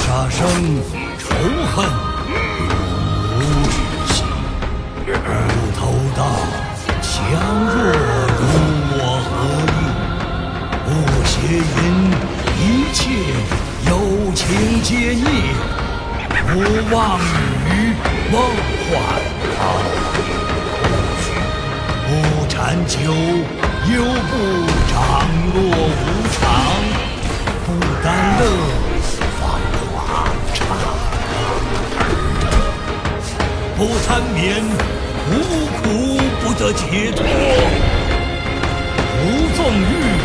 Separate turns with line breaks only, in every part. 杀生、仇恨、无止无头道，强弱如我何意？不邪淫，一切有情皆逆，无妄语，梦幻空虚，不禅求，忧不掌若无常，不丹乐。不参眠，无苦不得解脱；无纵欲，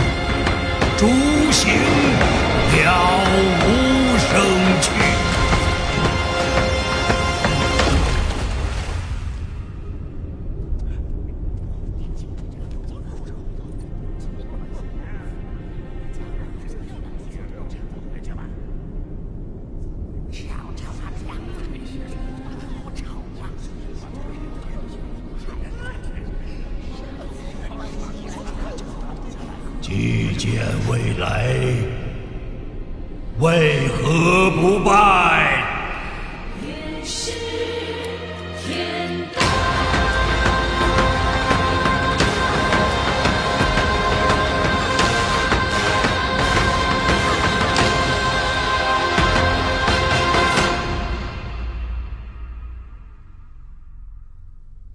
诸行了无生趣。既见未来，为何不拜？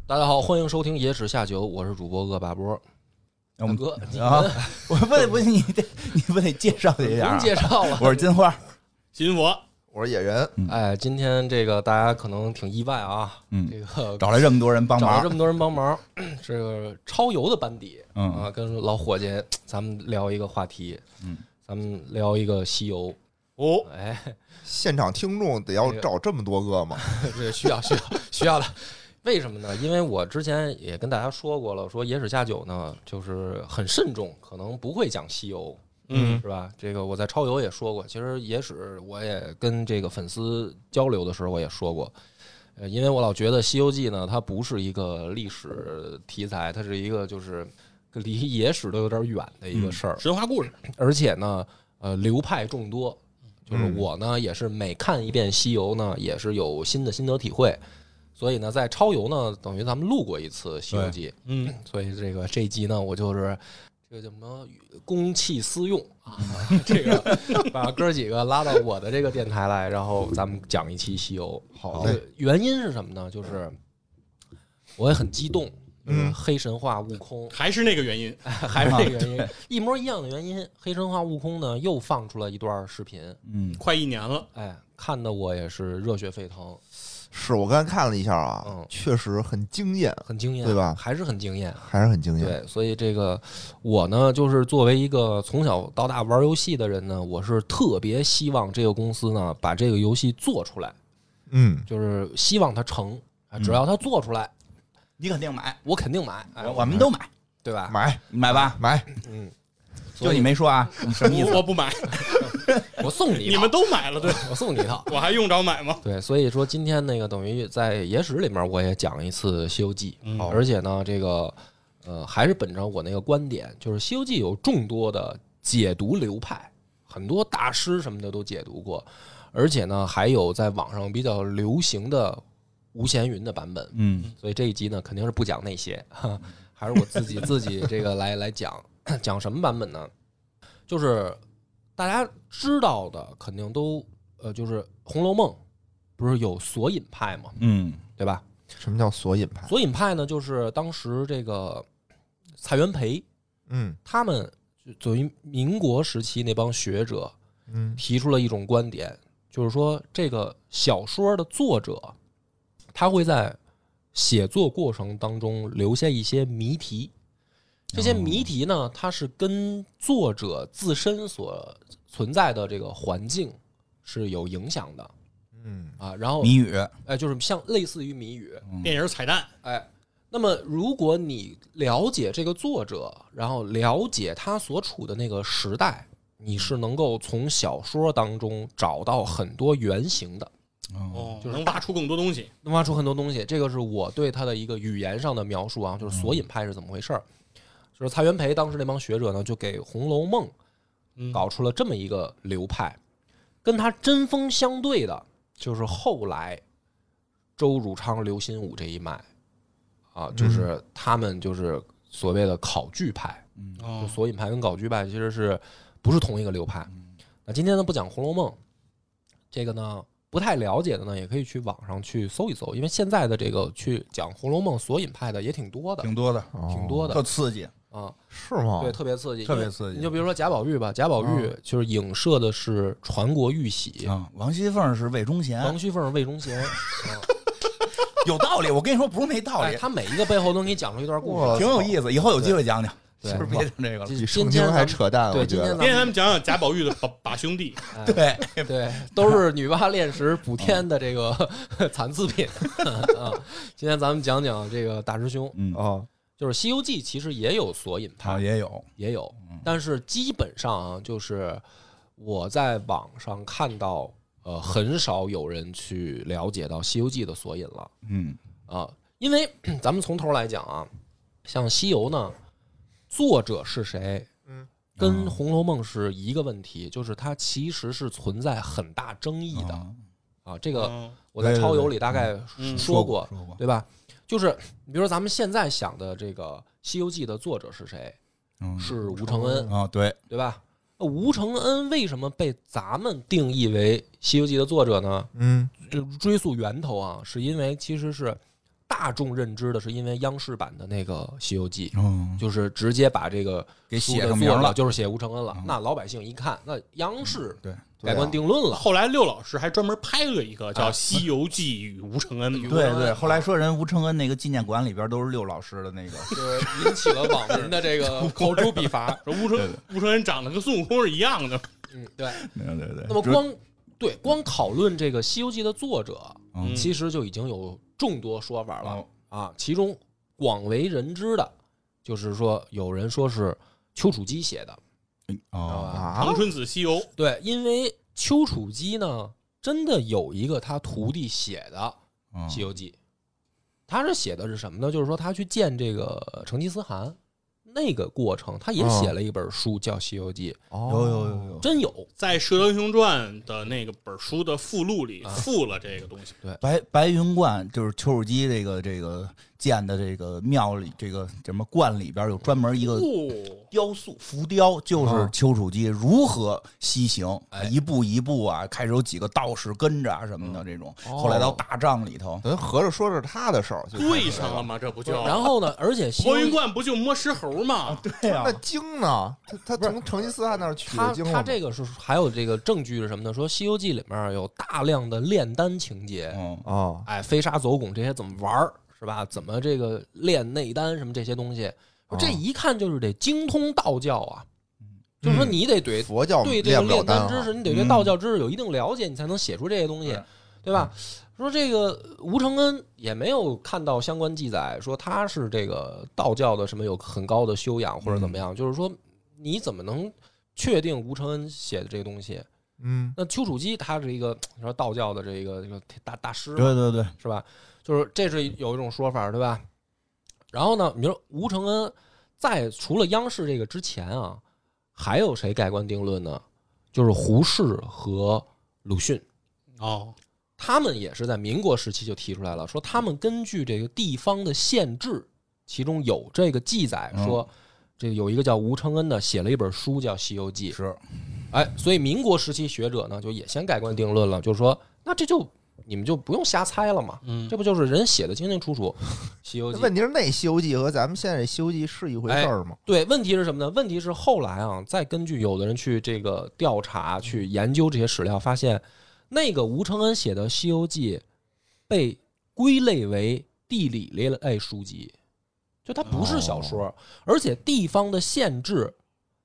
大家好，欢迎收听《野史下酒》，我是主播恶霸波。
我们
大哥你
啊，我不得不你得你不得介绍一
不
下
用
啊，
介绍了，
我是金花，
金佛，
我是野人，
哎，今天这个大家可能挺意外啊，
嗯
这个
找来这么多人帮
找了
忙
这，么多人帮忙， 这个超游的班底，
嗯
啊，跟老伙计咱们聊一个话题，
嗯，
咱们聊一个西游，
哦，
哎，
现场听众得要找这么多个吗？
这需要需要需要的。为什么呢？因为我之前也跟大家说过了，说野史下酒呢，就是很慎重，可能不会讲西游，
嗯，
是吧？这个我在超游也说过，其实野史我也跟这个粉丝交流的时候我也说过，呃，因为我老觉得《西游记》呢，它不是一个历史题材，它是一个就是离野史都有点远的一个事儿，
嗯神话故事，
而且呢，呃，流派众多，就是
嗯
我呢也是每看一遍《西游》呢，也是有新的心得体会。所以呢，在超游呢，等于咱们录过一次《西游记》，
嗯，
所以这个这一集呢，我就是这个叫什么公器私用啊， 这个把哥几个拉到我的这个电台来，然后咱们讲一期西游。
好
这
嘞
个原因是什么呢？就是我也很激动，就是
嗯
黑神话悟空
还是那个原因，
还是这个原因， 一模一样的原因。黑神话悟空呢又放出了一段视频，
嗯，
快一年了，
哎，看得我也是热血沸腾，
是我刚才看了一下啊
嗯，
确实很惊艳，
很惊艳，
对吧嗯
还是很惊艳。
还是很惊艳。
对，所以这个我呢，就是作为一个从小到大玩游戏的人呢，我是特别希望这个公司呢把这个游戏做出来，
嗯，
就是希望它成。啊只要它做出来，
你肯定买，
我肯定买。哎，
我我们都买，
对吧？
买
你买吧，
买，
嗯，
就你没说啊，你什么意思？
我我不买，
我送你一套，
你们都买了，对
我送你一套。
我还用着买吗？
对，所以说今天那个等于在野史里面我也讲一次《西游记》
嗯
而且呢，这个呃还是本着我那个观点，就是《西游记》有众多的解读流派，很多大师什么的都解读过，而且呢还有在网上比较流行的吴闲云的版本，
嗯，
所以这一集呢肯定是不讲那些，哈，还是我自己自己这个来来讲，讲什么版本呢？就是大家知道的肯定都呃，就是《红楼梦》不是有索引派嘛，
嗯
对吧？
什么叫索引派？
索引派呢，就是当时这个蔡元培
嗯
他们就作为民国时期那帮学者
嗯
提出了一种观点，就是说这个小说的作者他会在写作过程当中留下一些谜题，这
哦
些谜题呢，它是跟作者自身所存在的这个环境是有影响的
嗯，
啊。然后，
谜语，
哎，就是像类似于谜语，
电影彩蛋，
哎，那么如果你了解这个作者，然后了解他所处的那个时代，你是能够从小说当中找到很多原型的，
哦，
哦，能挖出更多东西，
能挖出很多东西。这个是我对他的一个语言上的描述啊，就是索引派是怎么回事儿。就是蔡元培当时那帮学者呢，就给《红楼梦》
嗯
搞出了这么一个流派，跟他针锋相对的，就是后来周汝昌、刘心武这一脉啊，
嗯
就是他们就是所谓的考据派，就
哦，
索引派跟搞剧派其实是不是同一个流派
嗯？
那今天呢不讲《红楼梦》，这个呢不太了解的呢，也可以去网上去搜一搜，因为现在的这个去讲《红楼梦》索引派的也挺多的，
挺哦多的，
挺多的
特刺激，
啊，
是吗？
对，特别刺激，
特别
因为
刺激
你就比如说贾宝玉吧，贾宝玉
哦
就是影射的是传国玉玺，
啊！王熙凤是魏忠
哎
贤，
嗯王熙凤、魏忠 贤，哦
有道理。我跟你说，不是没道
哎，
理，
他每一个背后都给你讲出一段故
哇
事。
挺有意思。以后有机会讲讲，
对
是不是别讲这个了？
比
今
圣
天
经
咱
还
们
扯淡，
对，
我觉
今天
得。
咱
今 天
们
咱们讲讲贾宝玉的把把兄弟，
对，
对，都是女娲炼石补天的这个 残次品 啊。今天咱们讲讲这个大师兄，
嗯，
哦，
就是《西游记》，其实也有索引
他
派，
也有，
也有，
嗯
但是基本上啊，就是我在网上看到，呃，很少有人去了解到《西游记》的索引了
嗯，
啊，因为 咱们从头来讲啊，像《西游》呢，作者是谁？
嗯，
啊
跟《红楼梦》是一个问题，就是它其实是存在很大争议的。
啊
啊，这个
嗯
我在
对对
超游
对
里大概
嗯
说
过
过，
说过，
对吧？就是比如说咱们现在想的这个《西游记》的作者是谁？
嗯
是吴承恩，
啊，对，
对吧？那吴承恩为什么被咱们定义为《西游记》的作者呢？
嗯，
就追溯源头啊，是因为其实是大众认知的，是因为央视版的那个《西游记》，
嗯，
就是直接把这个
给
书
写
的
上
作
名
者
了，
就是写吴承恩了
嗯。
那老百姓一看，那央视
对，
对
改观
啊
定论了，
后来六老师还专门拍了一个叫
啊
《西游记与吴承恩》，
对对，后来说人吴承恩那个纪念馆里边都是六老师的那个，
就是引起了网民的这 个口诛笔伐。
说吴承吴承恩长得跟孙悟空是一样的，
嗯，对。
对对对。
那么
只
光对光讨论这个《西游记》的作者，
嗯
其实就已经有众多说法了
哦
啊。其中广为人知的，就是说有人说是丘处机写的，
哦，
啊
长春子西游
对，因为丘处机呢，真的有一个他徒弟写的
嗯
《西游记》，他是写的是什么呢？就是说他去见这个成吉思汗。那个过程，他也
哦
写了一本书，叫《西游记》，
哦，
有有有有，
真有
在《射雕英雄传》的那个本书的附录里附了这个东西，
白白云观就是丘处机这个这个建的这个庙里这个什么观里边有专门一个
哦，
雕塑浮雕，就是
啊
丘处机如何西行，
哎
一步一步啊，开始有几个道士跟着啊什么的这种，
哦
后来到大帐里头，
咱合着说是他的事儿，就
对
开始
上了吗？这不就
然后呢，而且《西游
博
记》
云观不就摸石猴吗？
对呀
那经呢？他他从成吉思汗那儿取
他
的经了
他
吗
这个是还有这个证据是什么呢？说《西游记》里面有大量的炼丹情节，
嗯，
哦，
哎，飞沙走拱这些怎么玩儿是吧？怎么这个炼内丹什么这些东西，
哦
这一看就是得精通道教啊，就是说你得对
佛教
对这
嗯练
个
不了
炼
丹
丹知
啊
识，你得对道教知识有一定了解，你才能写出这些东西
对，
对吧？说这个吴承恩也没有看到相关记载，说他是这个道教的什么有很高的修养或者怎么样，就是说你怎么能确定吴承恩写的这个东西？
嗯，
那丘处机他是一个你说道教的这个这个大大师嘛，
对对对，
是吧？就是这是有一种说法，对吧？然后呢，你说吴承恩在除了央视这个之前啊，还有谁盖棺定论呢？就是胡适和鲁迅，
哦，
他们也是在民国时期就提出来了，说他们根据这个地方的县志，其中有这个记载
嗯
说，这个有一个叫吴承恩的写了一本书叫《西游记》，
是，
哎，所以民国时期学者呢就也先盖棺定论了，就是说那这就你们就不用瞎猜了嘛，
嗯
这不就是人写的清清楚楚，《西游记
那》问题是那《西游记》和咱们现在这《西游记》是一回事儿吗？
对，问题是什么呢？问题是后来啊，再根据有的人去这个调查、去研究这些史料，发现那个吴承恩写的《西游记》被归类为地理类类书籍，就它不是小说，而且地方的县志，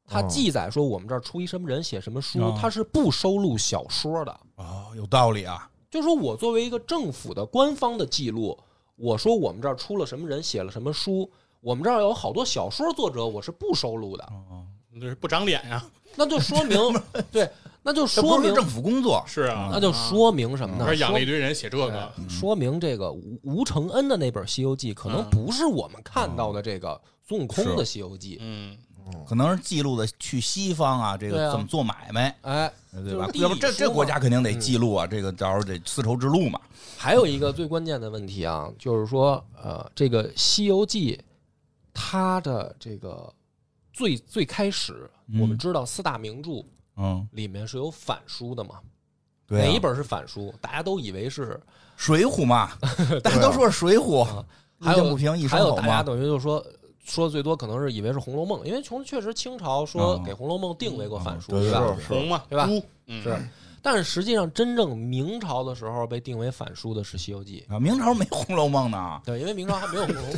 它
哦
记载说我们这儿出一什么人写什么书，
哦
它是不收录小说的。
哦，有道理啊，
就是说我作为一个政府的官方的记录，我说我们这儿出了什么人，写了什么书，我们这儿有好多小说作者，我是不收录的。
哦
这是不长脸呀？
那就说明， 对，那就
这
说
不
明
是，政府工作，
是啊，
那就说明什么
那
呢？
嗯养
说
了一堆人写这
哎
个，
说明这个吴吴承恩的那本《西游记》可能
嗯
不是我们看到的这个孙悟空
是
的《西游记》，
嗯，
可能是记录的去西方啊，这
对啊
个怎么做买卖，
哎，
对
就
吧
是？地理
要不这
书
这
嘛嗯
国家肯定得记录啊，这个到时候得丝绸之路嘛，
还有一个最关键的问题啊，就是说，呃，这个《西游记》它的这个最最开始，
嗯
我们知道四大名著
嗯，
里面是有反书的嘛，
对啊、
哪一本是反书？大家都以为是，
水浒 嘛，大家都说是水浒，路
还
见
有
不平一
啊嗯还
声
有
吼
大家
嘛，
等于就是说。说最多可能是以为是《红楼梦》，因为从确实清朝说
嗯
给《红楼梦》定为过反书，
嗯
对吧？
是
红嘛，
对吧
猪，嗯，
是，但是实际上真正明朝的时候被定为反书的是《西游记
啊，明朝没《红楼梦》呢》，，
对，因为明朝还没有《红楼梦》，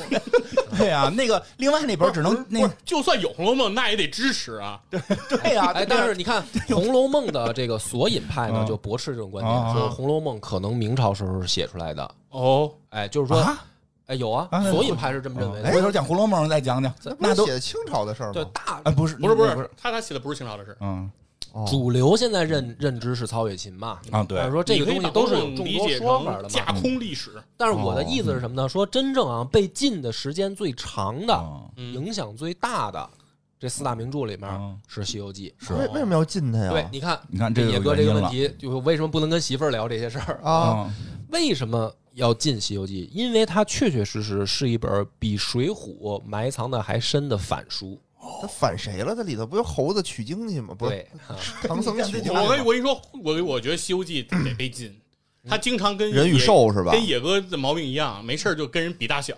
对啊，那个另外那本只能那
不是，就算有《红楼梦》，那也得支持啊。
对呀、
哎，但是你看《红楼梦》的这个索引派呢，
啊
就驳斥这种观
啊
点，
啊
说《红楼梦》可能明朝时候是写出来的。
哦，
哎，就是说，
啊，
哎，有啊
啊，
索引派是哎这么认为
回
的。
头讲《红楼梦》再讲讲，
那不
那
是
都
写清朝的事儿
对
吗？
大
哎不是
不是不
那
是，他他写的不是清朝的事，
嗯
哦
主流现在认认知是曹雪芹嘛，
啊对
但是说这个东西
你可以把
都是有
红楼
众
梦理
多
解
说法
成
的
架
嘛。
空历史。
但是我
哦
的意思是什么呢？说真正啊被禁的时间最长的、
嗯
影响最大的这四大名著里面
嗯
是《西游记》。
为为什么要禁他呀？
对，你看，
哦你看这个
野
有
哥这个
原因
问
了
题，就是为什么不能跟媳妇儿聊这些事儿
啊，
嗯
为什么要进《西游记》？因为它确确实实是一本比《水浒》埋藏的还深的反书。
他反谁了？他里头不是猴子取经去吗？不是
对，啊
唐僧取经去吗？
我跟我跟你说，我我觉得《西游记》得被禁，他经常跟
人与
野
兽是吧？
跟野哥的毛病一样，没事儿就跟人比大小。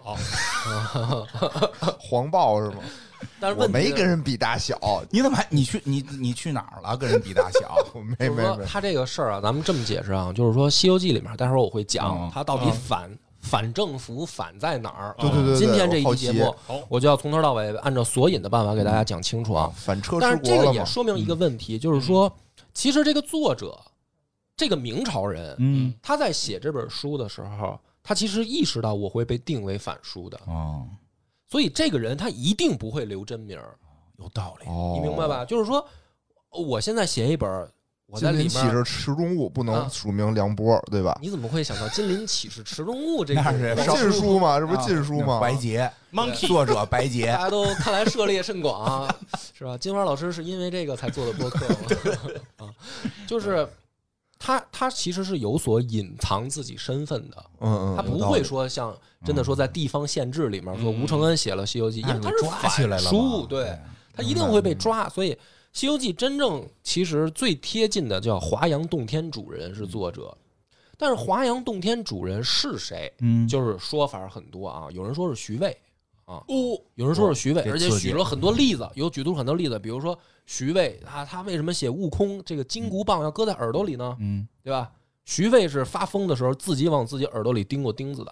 黄豹是吗？
但是
我
问题
没
是
跟人比大小，
你怎么还你去你你去哪儿了？跟人比大 小，
我没
就是
没
说
没，
他这个事儿啊，咱们这么解释啊，就是说《西游记》里面，待会儿我会讲
嗯
它到底反、反政府反在哪儿。啊
对对对对
今天这
我
一
好
期节
奇
目
好，
我就要从头到尾按照索引的办法给大家讲清楚啊。
反车
但
失
是这
国
个
了
也
吗？嗯
说明一个问题，就是说，其实这个作者，这个明朝人，
嗯
他在写这本书的时候，他其实意识到我会被定为反书的，
哦，
所以这个人他一定不会留真名儿，
有道理，
哦，
你明白？吧？就是说，我现在写一本，我在
金
里
陵启
面，
示池中物不
啊
能署名梁波，对吧？
你怎么会想到金陵启事池中物这个？
那是
这个
少
禁书嘛，这
这
啊
不是禁书吗？
白洁，
Monkey
作者白洁
大，家都看来涉猎甚广啊，是吧？金花老师是因为这个才做的播客吗？啊，就是他他其实是有所隐藏自己身份的，
嗯嗯，
他不
有道
会
理
说像真的说在地方县志里面说
嗯
吴承恩写了《西游记》，因为他是
抓起来
反
了
书
嘛，，
对，他一定会被抓。所以《西游记》真正其实最贴近的叫华阳洞天主人是作者，但是华阳洞天主人是谁，
嗯
就是说法很多啊。有人说是徐渭啊，
哦，
有人说是徐渭，
这
而且
刺激
举了很多例子，有举出很多例子，比如说徐渭啊，他为什么写悟空这个金箍棒要搁在耳朵里呢？
嗯
对吧？徐渭是发疯的时候自己往自己耳朵里钉过钉子的，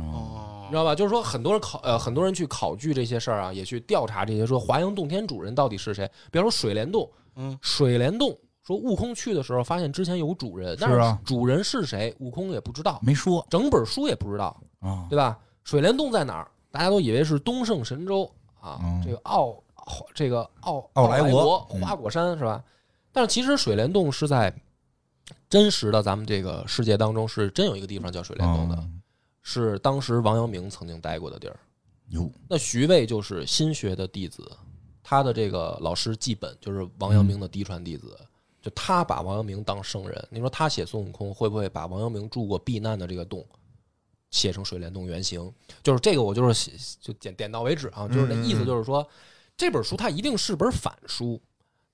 哦
你
哦
知道吧？就是说，很多人考呃，很多人去考据这些事儿啊，也去调查这些，说华阳洞天主人到底是谁？比方说水帘洞，
嗯，
水帘洞说悟空去的时候发现之前有主人，但
是
是
啊
主人是谁，悟空也不知道，
没说
整本书也不知道，
啊，
对吧？水帘洞在哪儿？大家都以为是东胜神州啊，
嗯
这个奥奥这个奥
奥
莱
莱国嗯
花果山是吧？但是其实水帘洞是在真实的咱们这个世界当中是真有一个地方叫水帘洞的，
嗯
是当时王阳明曾经待过的地儿。
哟，
那徐渭就是新学的弟子，他的这个老师季本就是王阳明的嫡传弟
嗯
子，就他把王阳明当圣人。你说他写孙悟空会不会把王阳明住过避难的这个洞写成水帘洞原型？就是这个，我就是写就点点到为止啊，就是那意
嗯
思就是说，这本书它一定是本反书。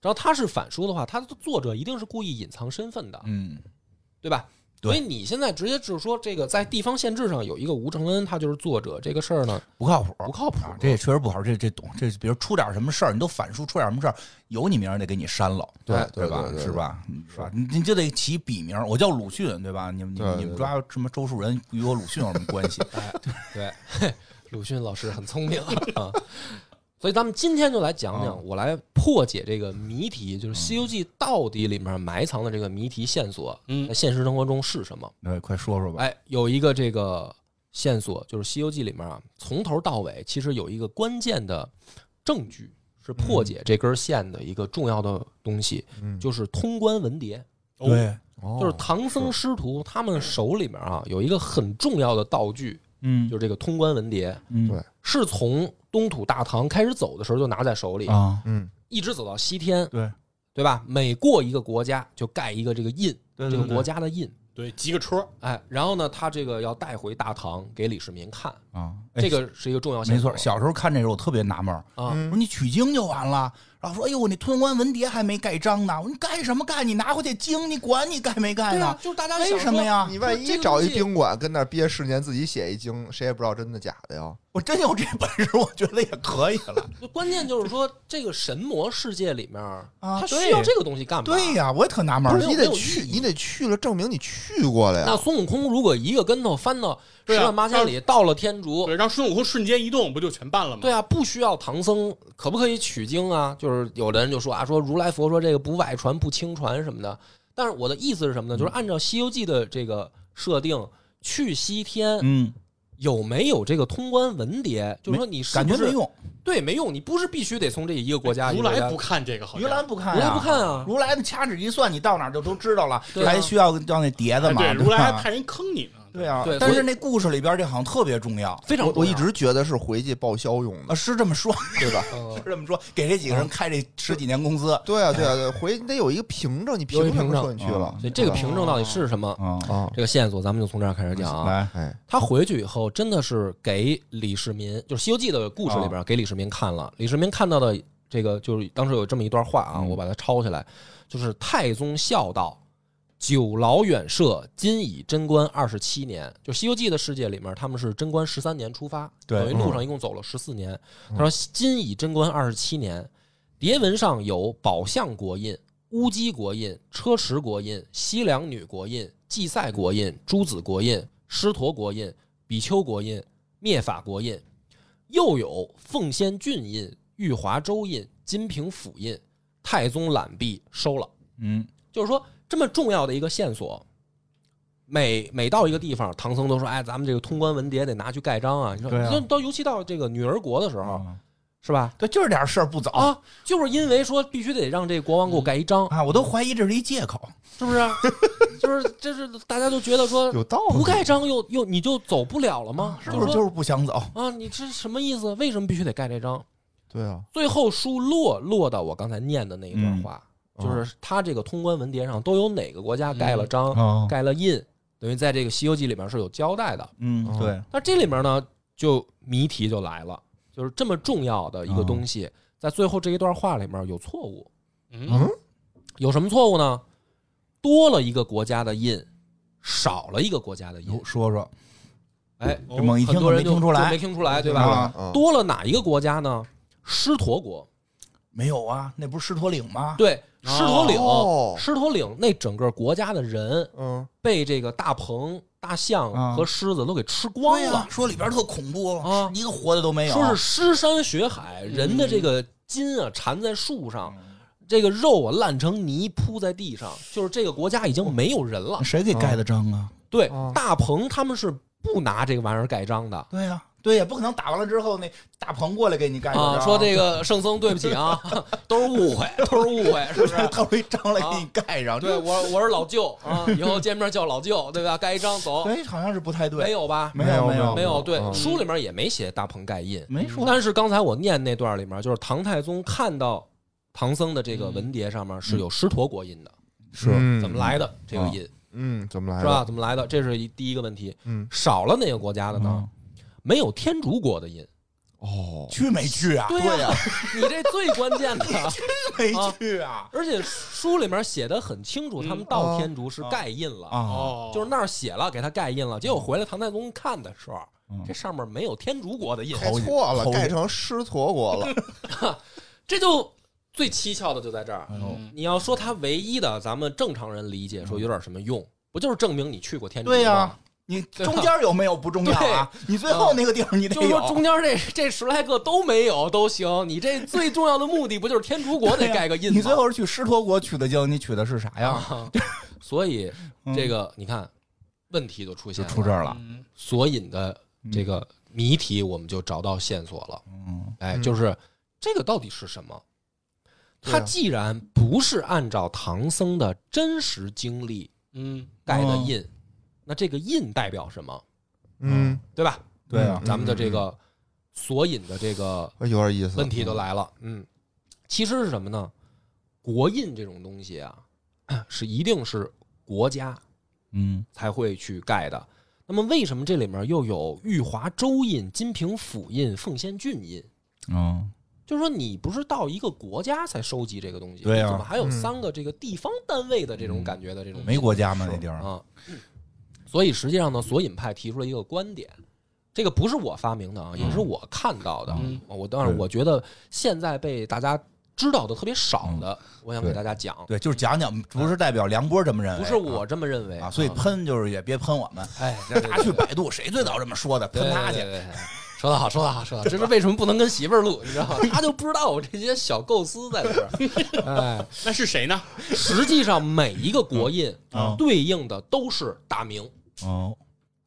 然后它是反书的话，它的作者一定是故意隐藏身份的，
嗯
对吧？
对
所以你现在直接就是说，这个在地方县志上有一个吴承恩，他就是作者，这个事儿呢
不靠谱，
不靠谱
啊，这也确实不好，这这懂，这比如出点什么事儿，你都反书出点什么事儿，有你名儿得给你删了，哎
对
对
对
吧
对？对对
是吧？嗯是吧？你你就得起笔名儿，我叫鲁迅，对吧？你们你
对对
们你们抓什么周树人与我鲁迅有什么关系？
对，鲁迅老师很聪明 啊。所以咱们今天就来讲
啊
讲，我来破解这个谜题，就是《西游记》到底里面埋藏的这个谜题线索，
嗯
在现实生活中是什么？
那快说说吧。
哎，有一个这个线索，就是《西游记》里面啊，从头到尾其实有一个关键的证据，是破解这根线的一个重要的东西，
嗯
就是通关文牒，
哦，
哦
就是唐僧师徒他们手里面啊有一个很重要的道具，
嗯
就是这个通关文牒。
嗯
对
是从东土大唐开始走的时候就拿在手里，
啊，
嗯，
一直走到西天，
对
对吧？每过一个国家就盖一个这个印，
对对
这个
对
国家的印。
对，集个戳，
哎，然后呢，他这个要带回大唐给李世民看，
啊，哎
这个是一个重要线
没
索。
错。小时候看这个我特别纳闷儿，
啊，
我说你取经就完了，然后说哎呦我那吞关文牒还没盖章呢，我说你盖什么盖？你拿回去经，你管你盖没盖
对
呢
啊，？就是大家
为
想
什么
说？
呀？
你万一找一宾馆跟那儿憋十年，自己写一经，谁也不知道真的假的呀。
我真有这本事，我觉得也可以了。
关键就是说，这个神魔世界里面，
啊
他需
对
要这个东西干嘛？
对呀，我也特纳闷
不
儿
是，
没有
你
没
得
有
去，
意义
你得去了，证明你去过了
那
呀。
孙悟空如果一个跟头翻到十
对啊
万八千里，到了天竺，
对，让孙悟空瞬间移动，不就全办了吗？
哦对啊，不需要唐僧，可不可以取经啊？就是有的人就说啊，说如来佛说这个不外传、不轻传什么的。但是我的意思是什么呢？就是按照《西游记》的这个设定，去西天
嗯，
有没有这个通关文牒？就是说你是
感
不
觉
是
没，用。
对，没用，你不是必须得从这一个国家一
哎如
个国家
来不看这个好
如
像，
来不看
如
呀，
来不看啊，
如来的掐指一算，你到哪儿就都知道了，
对啊
还需要要那碟子
哎
嘛？
对，如来
吧
还派人坑你呢。
对啊
对，
但
所
是
以
那故事里边这好像特别重要
非常
我我
重
一
要
直觉得是回去报销用
啊，
的，
是这么说，
对吧？
嗯
是这么说，给这几个人开这十几年工资啊
对啊，对啊，对啊，回你得有一个凭证，你
有一
凭
凭
什么
证嗯
说你去了？
所以这个凭证到底是什么？
啊
啊，
这个线索咱们就从这儿开始嗯讲啊。
来，
哎，
他回去以后，真的是给李世民，就是《西游记》的故事里边给李世民看了。李世民看到的这个，就是当时有这么一段话啊，
嗯
我把它抄下来，就是太宗孝道，九老远涉，今已贞观二十七年。就《西游记》的世界里面，他们是贞观十三年出发，
对
等于
嗯
路上一共走了十四年。他说：“今已贞观二十七年，牒文上有宝象国印、乌鸡国印、车迟国印、西凉女国印、祭赛国印、朱子国印、狮驼国印、比丘国印、灭法国印，又有奉先郡印、玉华州印、金平府印。太宗揽璧收了，
嗯，
就是说这么重要的一个线索。”每每到一个地方，唐僧都说：“哎，咱们这个通关文牒得拿去盖章啊！”你说，
对啊
你说到尤其到这个女儿国的时候，
啊
是吧？
对，就是点事儿不走
嗯啊，就是因为说必须得让这国王给我盖一章，
啊，我都怀疑这是一借口，
是不是？ 就是就是大家都觉得说
有道
不
理。
盖章又又你就走不了了吗？
啊是
就
不是就是是不想走？
说啊，你这什么意思？为什么必须得盖这章？
对啊，
最后书落落到我刚才念的那一段话，
嗯
就是他这个通关文牒上都有哪个国家盖了章、
哦，
盖了印，等于在这个《西游记》里面是有交代的。
嗯，对，
那这里面呢，就谜题就来了，就是这么重要的一个东西，
嗯
在最后这一段话里面有错误。
嗯，
有什么错误呢？多了一个国家的印，少了一个国家的印
有。说说，
哎，
这猛一听
很多人
没听出来
就没听出来，对吧？
啊
啊，
多了哪一个国家呢？狮驼国。
没有啊？那不是狮驼岭吗？
对，狮驼岭，
哦
狮驼岭那整个国家的人
嗯，
被这个大鹏、大
啊
象和狮子都给吃光
对
了，
呀，说里边特恐怖
啊
一个活的都没有，
说是尸山血海，人的这个筋啊缠在树上，
嗯
这个肉啊烂成泥铺在地上，就是这个国家已经没有人了。
谁给盖的章啊？
对
哦，
大鹏他们是不拿这个玩意儿盖章的
对呀，对呀，不可能打完了之后那大鹏过来给你盖个
啊，
章，
说这个圣僧对不起 啊，都是误会，都是误会，是不
就是是？他一章来给你盖上，
对我我是老舅啊，以后见面叫老舅，对吧？盖一张走，
哎，好像是不太对，
啊没有吧？
没
有
没
有
没有，对，
嗯
书里面也没写大鹏盖印，
没说
但是刚才我念那段里面，就是唐太宗看到唐僧的这个文牒上面是有狮驼国印的，
是
嗯
怎么？来的这个印
嗯，怎么来？
是吧？？怎么来的？这是一第一个问题。
嗯，
少了哪个国家的呢
嗯？
没有天竺国的印。
哦，
去没去啊？
对呀，你这最关键的。
没去啊？
而且书里面写的很清
嗯
楚，他们到天竺是盖印了，
啊，
哦，
嗯
就是那儿写了给他盖印了。结果回来唐太宗看的时候
嗯，
这上面没有天竺国的印，
盖错了
头，
盖成狮驼国了。
这就最蹊跷的就在这儿。
哎呦嗯
嗯
你要说它唯一的，咱们正常人理解说有点什么用，不就是证明你去过天竺吗？
对呀、你中间有没有不重要啊？你最后那个地方你得
啊就是
有
说，中间这这十来个都没有都行，你这最重要的目的不就是天竺国
对
得
呀
盖个印吗？
你最后是去狮驼国取的经，你取的是啥呀？
啊，所以
嗯
这个你看问题就出现
就
了
出这儿了。
嗯
索引的这个谜题，我们就找到线索了。
嗯，
哎，
嗯
就是这个到底是什么？
对
它
啊
既然不是按照唐僧的真实经历
嗯，
盖的印，那这个印代表什么？
嗯，
对吧？
对啊
咱们的这个索引的这个
哎有点意思。
问题都来了。嗯，其实是什么呢？国印这种东西啊，是一定是国家
嗯
才会去盖的。那么为什么这里面又有玉华州印、金平府印、奉先郡印？
哦，
就是说，你不是到一个国家才收集这个东西，
对啊
怎么还有
嗯
三个这个地方单位的这种感觉的这种
嗯没国家嘛那地儿，
啊？所以实际上呢，索引派提出了一个观点，这个不是我发明的啊，也是我看到的。啊
嗯
我当然
嗯对
我觉得现在被大家知道的特别少的，我想给大家讲，
嗯对，就是讲讲，不是代表梁波这么认为，
嗯不是我这么认为
啊，所以喷就是也别喷我们，
哎，对对对
他去百度谁最早这么说的，
对
喷他
对
去，
对对对说得好，说得好，说得好，这是为什么不能跟媳妇儿录？你知道吗？他就不知道我这些小构思在里边儿。哎，
那是谁呢？
实际上每一个国印
嗯
对应的都是大明，
哦，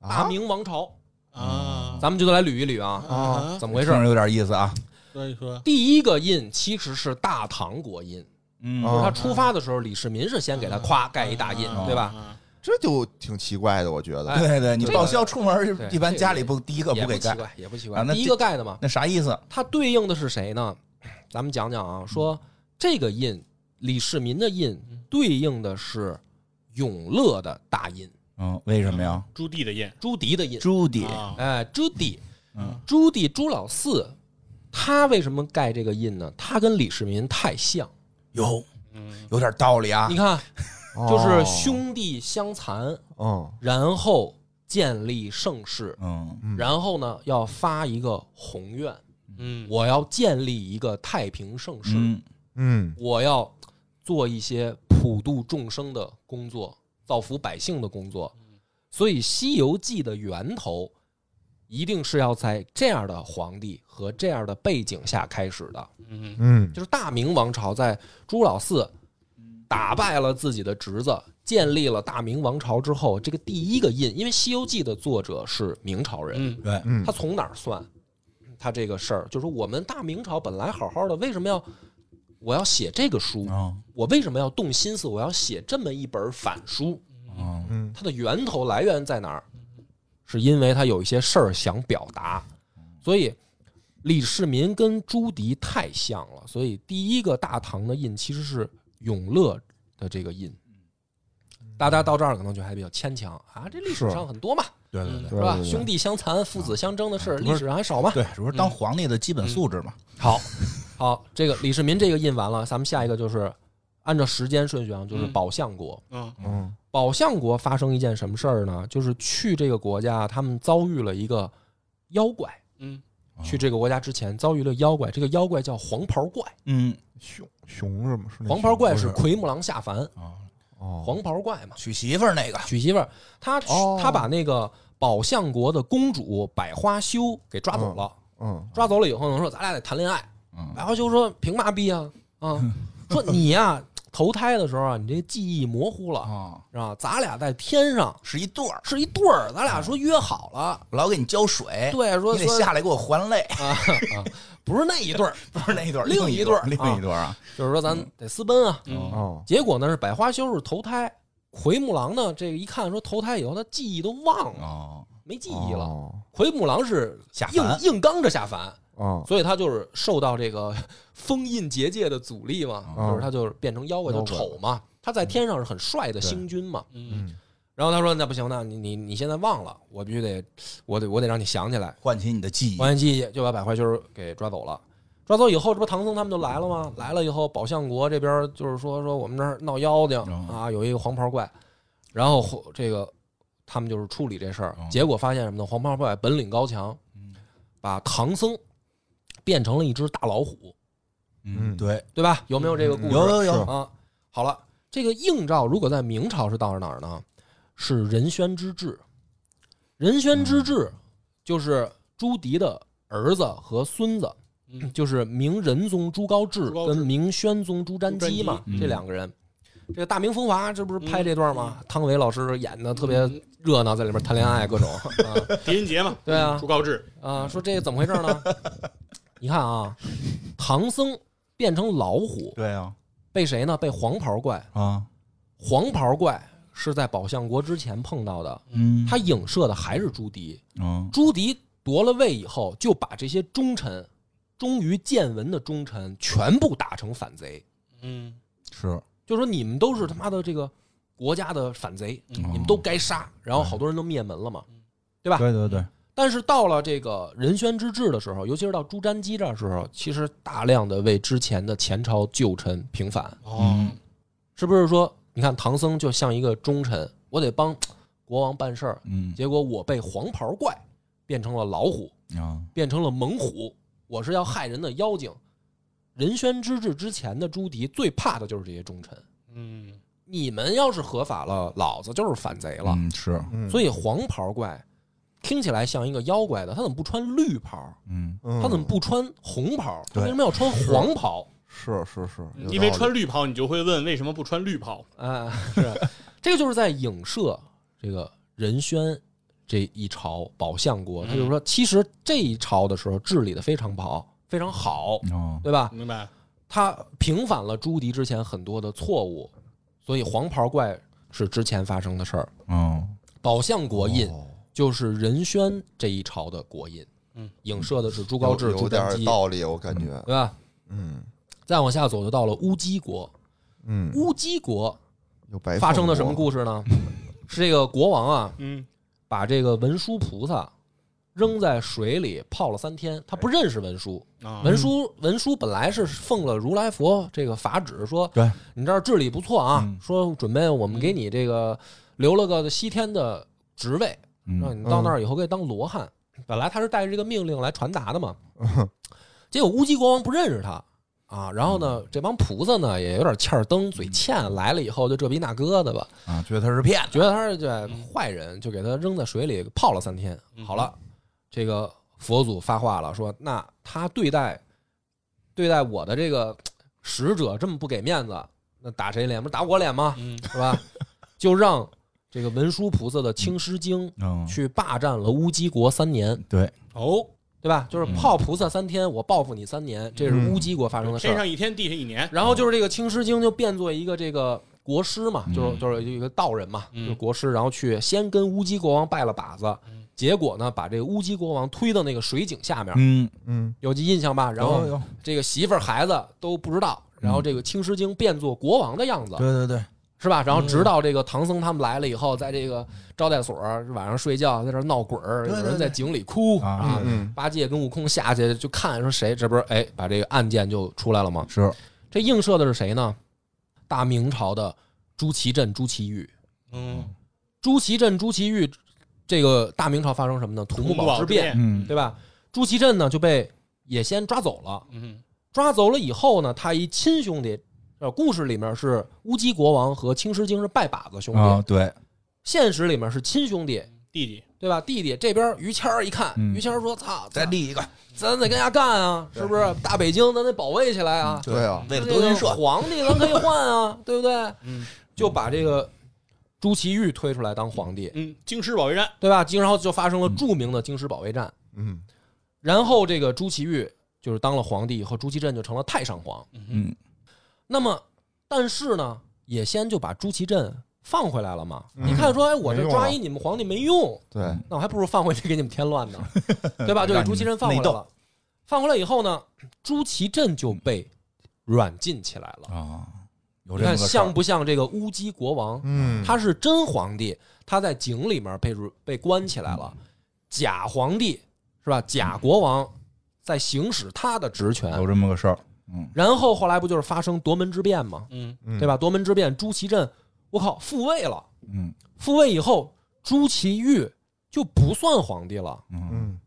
大
啊，
明王朝。
啊，
咱们就来捋一捋嗯啊，
啊，
怎么
没
回
事
事？，
有点意思啊，
所以说
第一个印其实是大唐国印，
嗯
哦
就是他出发的时候，李世民是先给他
哦
夸盖一大印，
啊
对吧？？
这就挺奇怪的，我觉
哎
得。
对对，你
这个
报销出门
对
一般家里不第一个
也
不
不
给
奇
盖，
怪，也不奇
啊
怪。
那
第一个盖的嘛，
那啥意思？啊
它对应的是谁呢？咱们讲讲啊，说这个印，李世民的印对应的是永乐的大印，
嗯，为什么呀？
朱棣的印
朱棣的印。
朱棣，
啊，
哎，朱棣
嗯，
朱棣朱老四，他为什么盖这个印呢？他跟李世民太像，
有
嗯
有点道理啊
你，看，
哦
就是，兄弟相残，
嗯
然后建立盛世，
嗯
嗯
然后呢要发一个宏愿，
嗯，
我要建立一个太平盛世。
嗯
嗯
我要做一些普度众生的工作，造福百姓的工作。所以，《西游记》的源头一定是要在这样的皇帝和这样的背景下开始的。
嗯
嗯
就是大明王朝在朱老四打败了自己的侄子，建立了大明王朝之后，这个第一个印，因为《西游记》的作者是明朝人，
嗯
对，
嗯
他从哪儿算？他这个事儿就是我们大明朝本来好好的，为什么要我要写这个书？
嗯
我为什么要动心思？我要写这么一本反书？
嗯
嗯
它的源头来源在哪儿？是因为他有一些事儿想表达，所以李世民跟朱棣太像了，所以第一个大唐的印其实是永乐的这个印。大家到这儿可能就还比较牵强啊，这历史
是
上很多嘛，
对对对
是吧？
对啊对对
兄弟相残、父子相争的事儿，
嗯
历史上还少吗？
对，主要
嗯
是当皇帝的基本素质嘛，
好，好，这个李世民这个印完了，咱们下一个就是按照时间顺序啊，就是
嗯
宝相国。
嗯
嗯
宝相国发生一件什么事儿呢？就是去这个国家，他们遭遇了一个妖怪。
嗯
啊
去这个国家之前，遭遇了妖怪，这个妖怪叫黄袍怪。
嗯
熊熊是吗？是那
黄袍怪
熊
是
不
奎木狼下凡，
啊，
哦
黄袍怪嘛，
娶媳妇儿那个，
娶媳妇儿。他娶
哦
他把那个宝相国的公主百花羞给抓走了，
嗯
抓走了以后呢，说咱俩得谈恋爱。
嗯
百花羞说：“凭嘛逼啊？ 啊，说你呀、投胎的时候啊，你这记忆模糊
哦
了，
啊，
是吧？咱俩在天上
是一对儿，
是一对儿，咱俩说约好了，
我老给你浇水，
对，说
你得
说
下来给我 还泪，
啊啊，不是那一对儿，
不是那一对儿，
另
一
一
对
对
儿
儿，
另
啊
一对儿啊，
就是说咱得私奔啊。
嗯
哦
结果呢是百花羞是投胎，奎木狼呢这个一看说投胎以后他记忆都忘了，
哦，
没记忆了。
哦
奎木狼是
下
硬
凡
硬刚着下凡，
哦
所以他就是受到这个封印结界的阻力嘛，
嗯
就是他就是变成妖怪
妖
就
怪
丑嘛，他在天上是很帅的星君嘛。
嗯
嗯
然后他说那不行，那你你你现在忘了，我必须得，我得我得让你想起来。
唤起你的记忆，
王元济就把百花羞给抓走了。抓走以后，这不唐僧他们就来了吗？来了以后，宝象国这边就是说说我们这儿闹妖精
嗯
啊，有一个黄袍怪，然后这个他们就是处理这事儿
嗯，
结果发现什么呢？黄袍怪本领高强，把唐僧变成了一只大老虎，
嗯，
嗯
对，
对吧？有没有这个故
有
事？
有有
是，
啊。好了，这个映照如果在明朝是到了哪儿呢？是仁宣之治。仁宣之
嗯
治就是朱棣的儿子和孙子，
嗯
就是明仁宗朱高炽
朱高炽
跟明宣宗朱瞻基嘛，
朱瞻基
嗯
这两个人。这个《大明风华》这不是拍这段吗？汤唯老师演的特别
嗯
热闹，在里边谈恋爱各 种啊
狄仁杰嘛，
对啊
朱高炽，
啊，说这怎么回事呢？ 你看啊，唐僧变成老虎，
对啊，
被谁呢？被黄袍怪
啊，
黄袍怪是在宝象国之前碰到的，
嗯，
他影射的还是朱迪。
嗯
朱迪夺了位以后，就把这些忠臣，忠于建文的忠臣全部打成反贼，
嗯，
是
就说你们都是他妈的这个国家的反贼，你们都该杀。然后好多人都灭门了嘛，对吧？
对对对，
但是到了这个仁宣之治的时候，尤其是到朱瞻基这儿的时候，其实大量的为之前的前朝旧臣平反，
哦，
是不是说你看唐僧就像一个忠臣，我得帮国王办事儿，
嗯
结果我被黄袍怪变成了老虎，
啊，
变成了猛虎，我是要害人的妖精。仁宣之治之前的朱棣最怕的就是这些忠臣，
嗯，
你们要是合法了，老子就是反贼了。
嗯是，
嗯，
所以黄袍怪听起来像一个妖怪的，他怎么不穿绿袍？
嗯
嗯
他怎么不穿红袍？他
对
为什么要穿黄袍？
是是是，有
因为
道理
穿绿袍，你就会问为什么不穿绿袍？
啊， 是这个就是在影射这个仁宣这一朝宝相国，
嗯
他就是说，其实这一朝的时候治理的非常好，非常好，
嗯
哦，
对吧？
明白？
他平反了朱棣之前很多的错误，所以黄袍怪是之前发生的事儿。
哦，
宝相国印
哦
就是仁宣这一朝的国印，
嗯，
影射的是朱高
有
炽、朱
有
瞻
点
基，
道理，我感觉，
对吧？
嗯
再往下走就到了乌鸡国，
嗯，
乌鸡国
有白
发生
的
了什么故事呢？是这个国王啊，
嗯，
把这个文殊菩萨扔在水里泡了三天，他不认识文殊。
啊，
嗯
文殊文殊本来是奉了如来佛这个法旨，说
对，嗯
你这儿治理不错啊，说准备我们给你这个留了个西天的职位，让
嗯
你到那儿以后可以当罗汉。本来他是带着这个命令来传达的嘛，
嗯
结果乌鸡国王不认识他啊，然后
嗯
呢，这帮菩萨呢也有点欠儿灯，嘴欠，来了以后就这逼那哥的吧，
啊，觉得他是骗子，
觉得他是这坏人，就给他扔在水里泡了三天。
嗯
好了，这个佛祖发话了，说那他对待对待我的这个使者这么不给面子，那打谁脸？不是打我脸吗？
嗯
是吧？就让这个文殊菩萨的青狮精
嗯，
去霸占了乌鸡国三年，
对，
哦，
对吧？就是泡菩萨三天，我报复你三年，这
嗯
是乌鸡国发生的事
天
儿。
上一天，地上一年，
然后就是这个青狮精就变作一个这个国师嘛，
嗯
就是就是一个道人嘛，就是国师，然后去先跟乌鸡国王拜了把子，结果呢把这个乌鸡国王推到那个水井下面，
嗯，
嗯，
有记印象吧？然后
有有
这个媳妇儿孩子都不知道，然后这个青狮精变作国王的样子，
对对对，
是吧？然后直到这个唐僧他们来了以后，在这个招待所儿晚上睡觉，在这儿闹滚儿，有
对对
人在井里哭
啊
啊
嗯。
八戒跟悟空下去就看说谁，这不是哎，把这个案件就出来了吗？
是，
这映射的是谁呢？大明朝的朱祁镇、朱祁钰。
嗯，
朱祁镇、朱祁钰，这个大明朝发生什么呢？土木
木
堡
堡
之
之
变，
变，
嗯，
对吧？朱祁镇呢就被也先抓走了，
嗯
抓走了以后呢，他一亲兄弟，呃，故事里面是乌鸡国王和青狮精是拜把子兄弟，
啊，对，
现实里面是亲兄弟，
弟弟，
对吧？弟弟这边于谦儿一看，
嗯
于谦儿说：“操，
再
咱
立一个，
咱得跟家干啊，是不是？大北京咱得保卫起来啊！
对啊，
为了
这
德
个
云社，
皇帝咱可以换啊，对不对？
嗯
就把这个朱祁钰推出来当皇帝，
嗯，京师保卫战，
对吧？京然后就发生了著名的京师保卫战，
嗯，
然后这个朱祁钰就是当了皇帝以后，朱祁镇就成了太上皇。
嗯，
那么，但是呢，也先就把朱祁镇放回来了嘛。你看说，哎，我这
没用
抓
了
一你们皇帝没用，
对，
那我还不如放回去给你们添乱呢，对吧？就给朱祁镇放回来
内
了。放回来以后呢，朱祁镇就被软禁起来了。
啊，有
你
这
看
么个事
像
儿，
不像这个乌鸡国王？
嗯，
他是真皇帝，他在井里面被入被关起来了；
嗯
假皇帝是吧？假国王在行使他的职权
有。这么个事儿，嗯，
然后后来不就是发生夺门之变吗？
嗯
嗯
对吧？夺门之变，朱祁镇，我靠，复位了。
嗯
复位以后，朱祁钰就不算皇帝了。
嗯
嗯，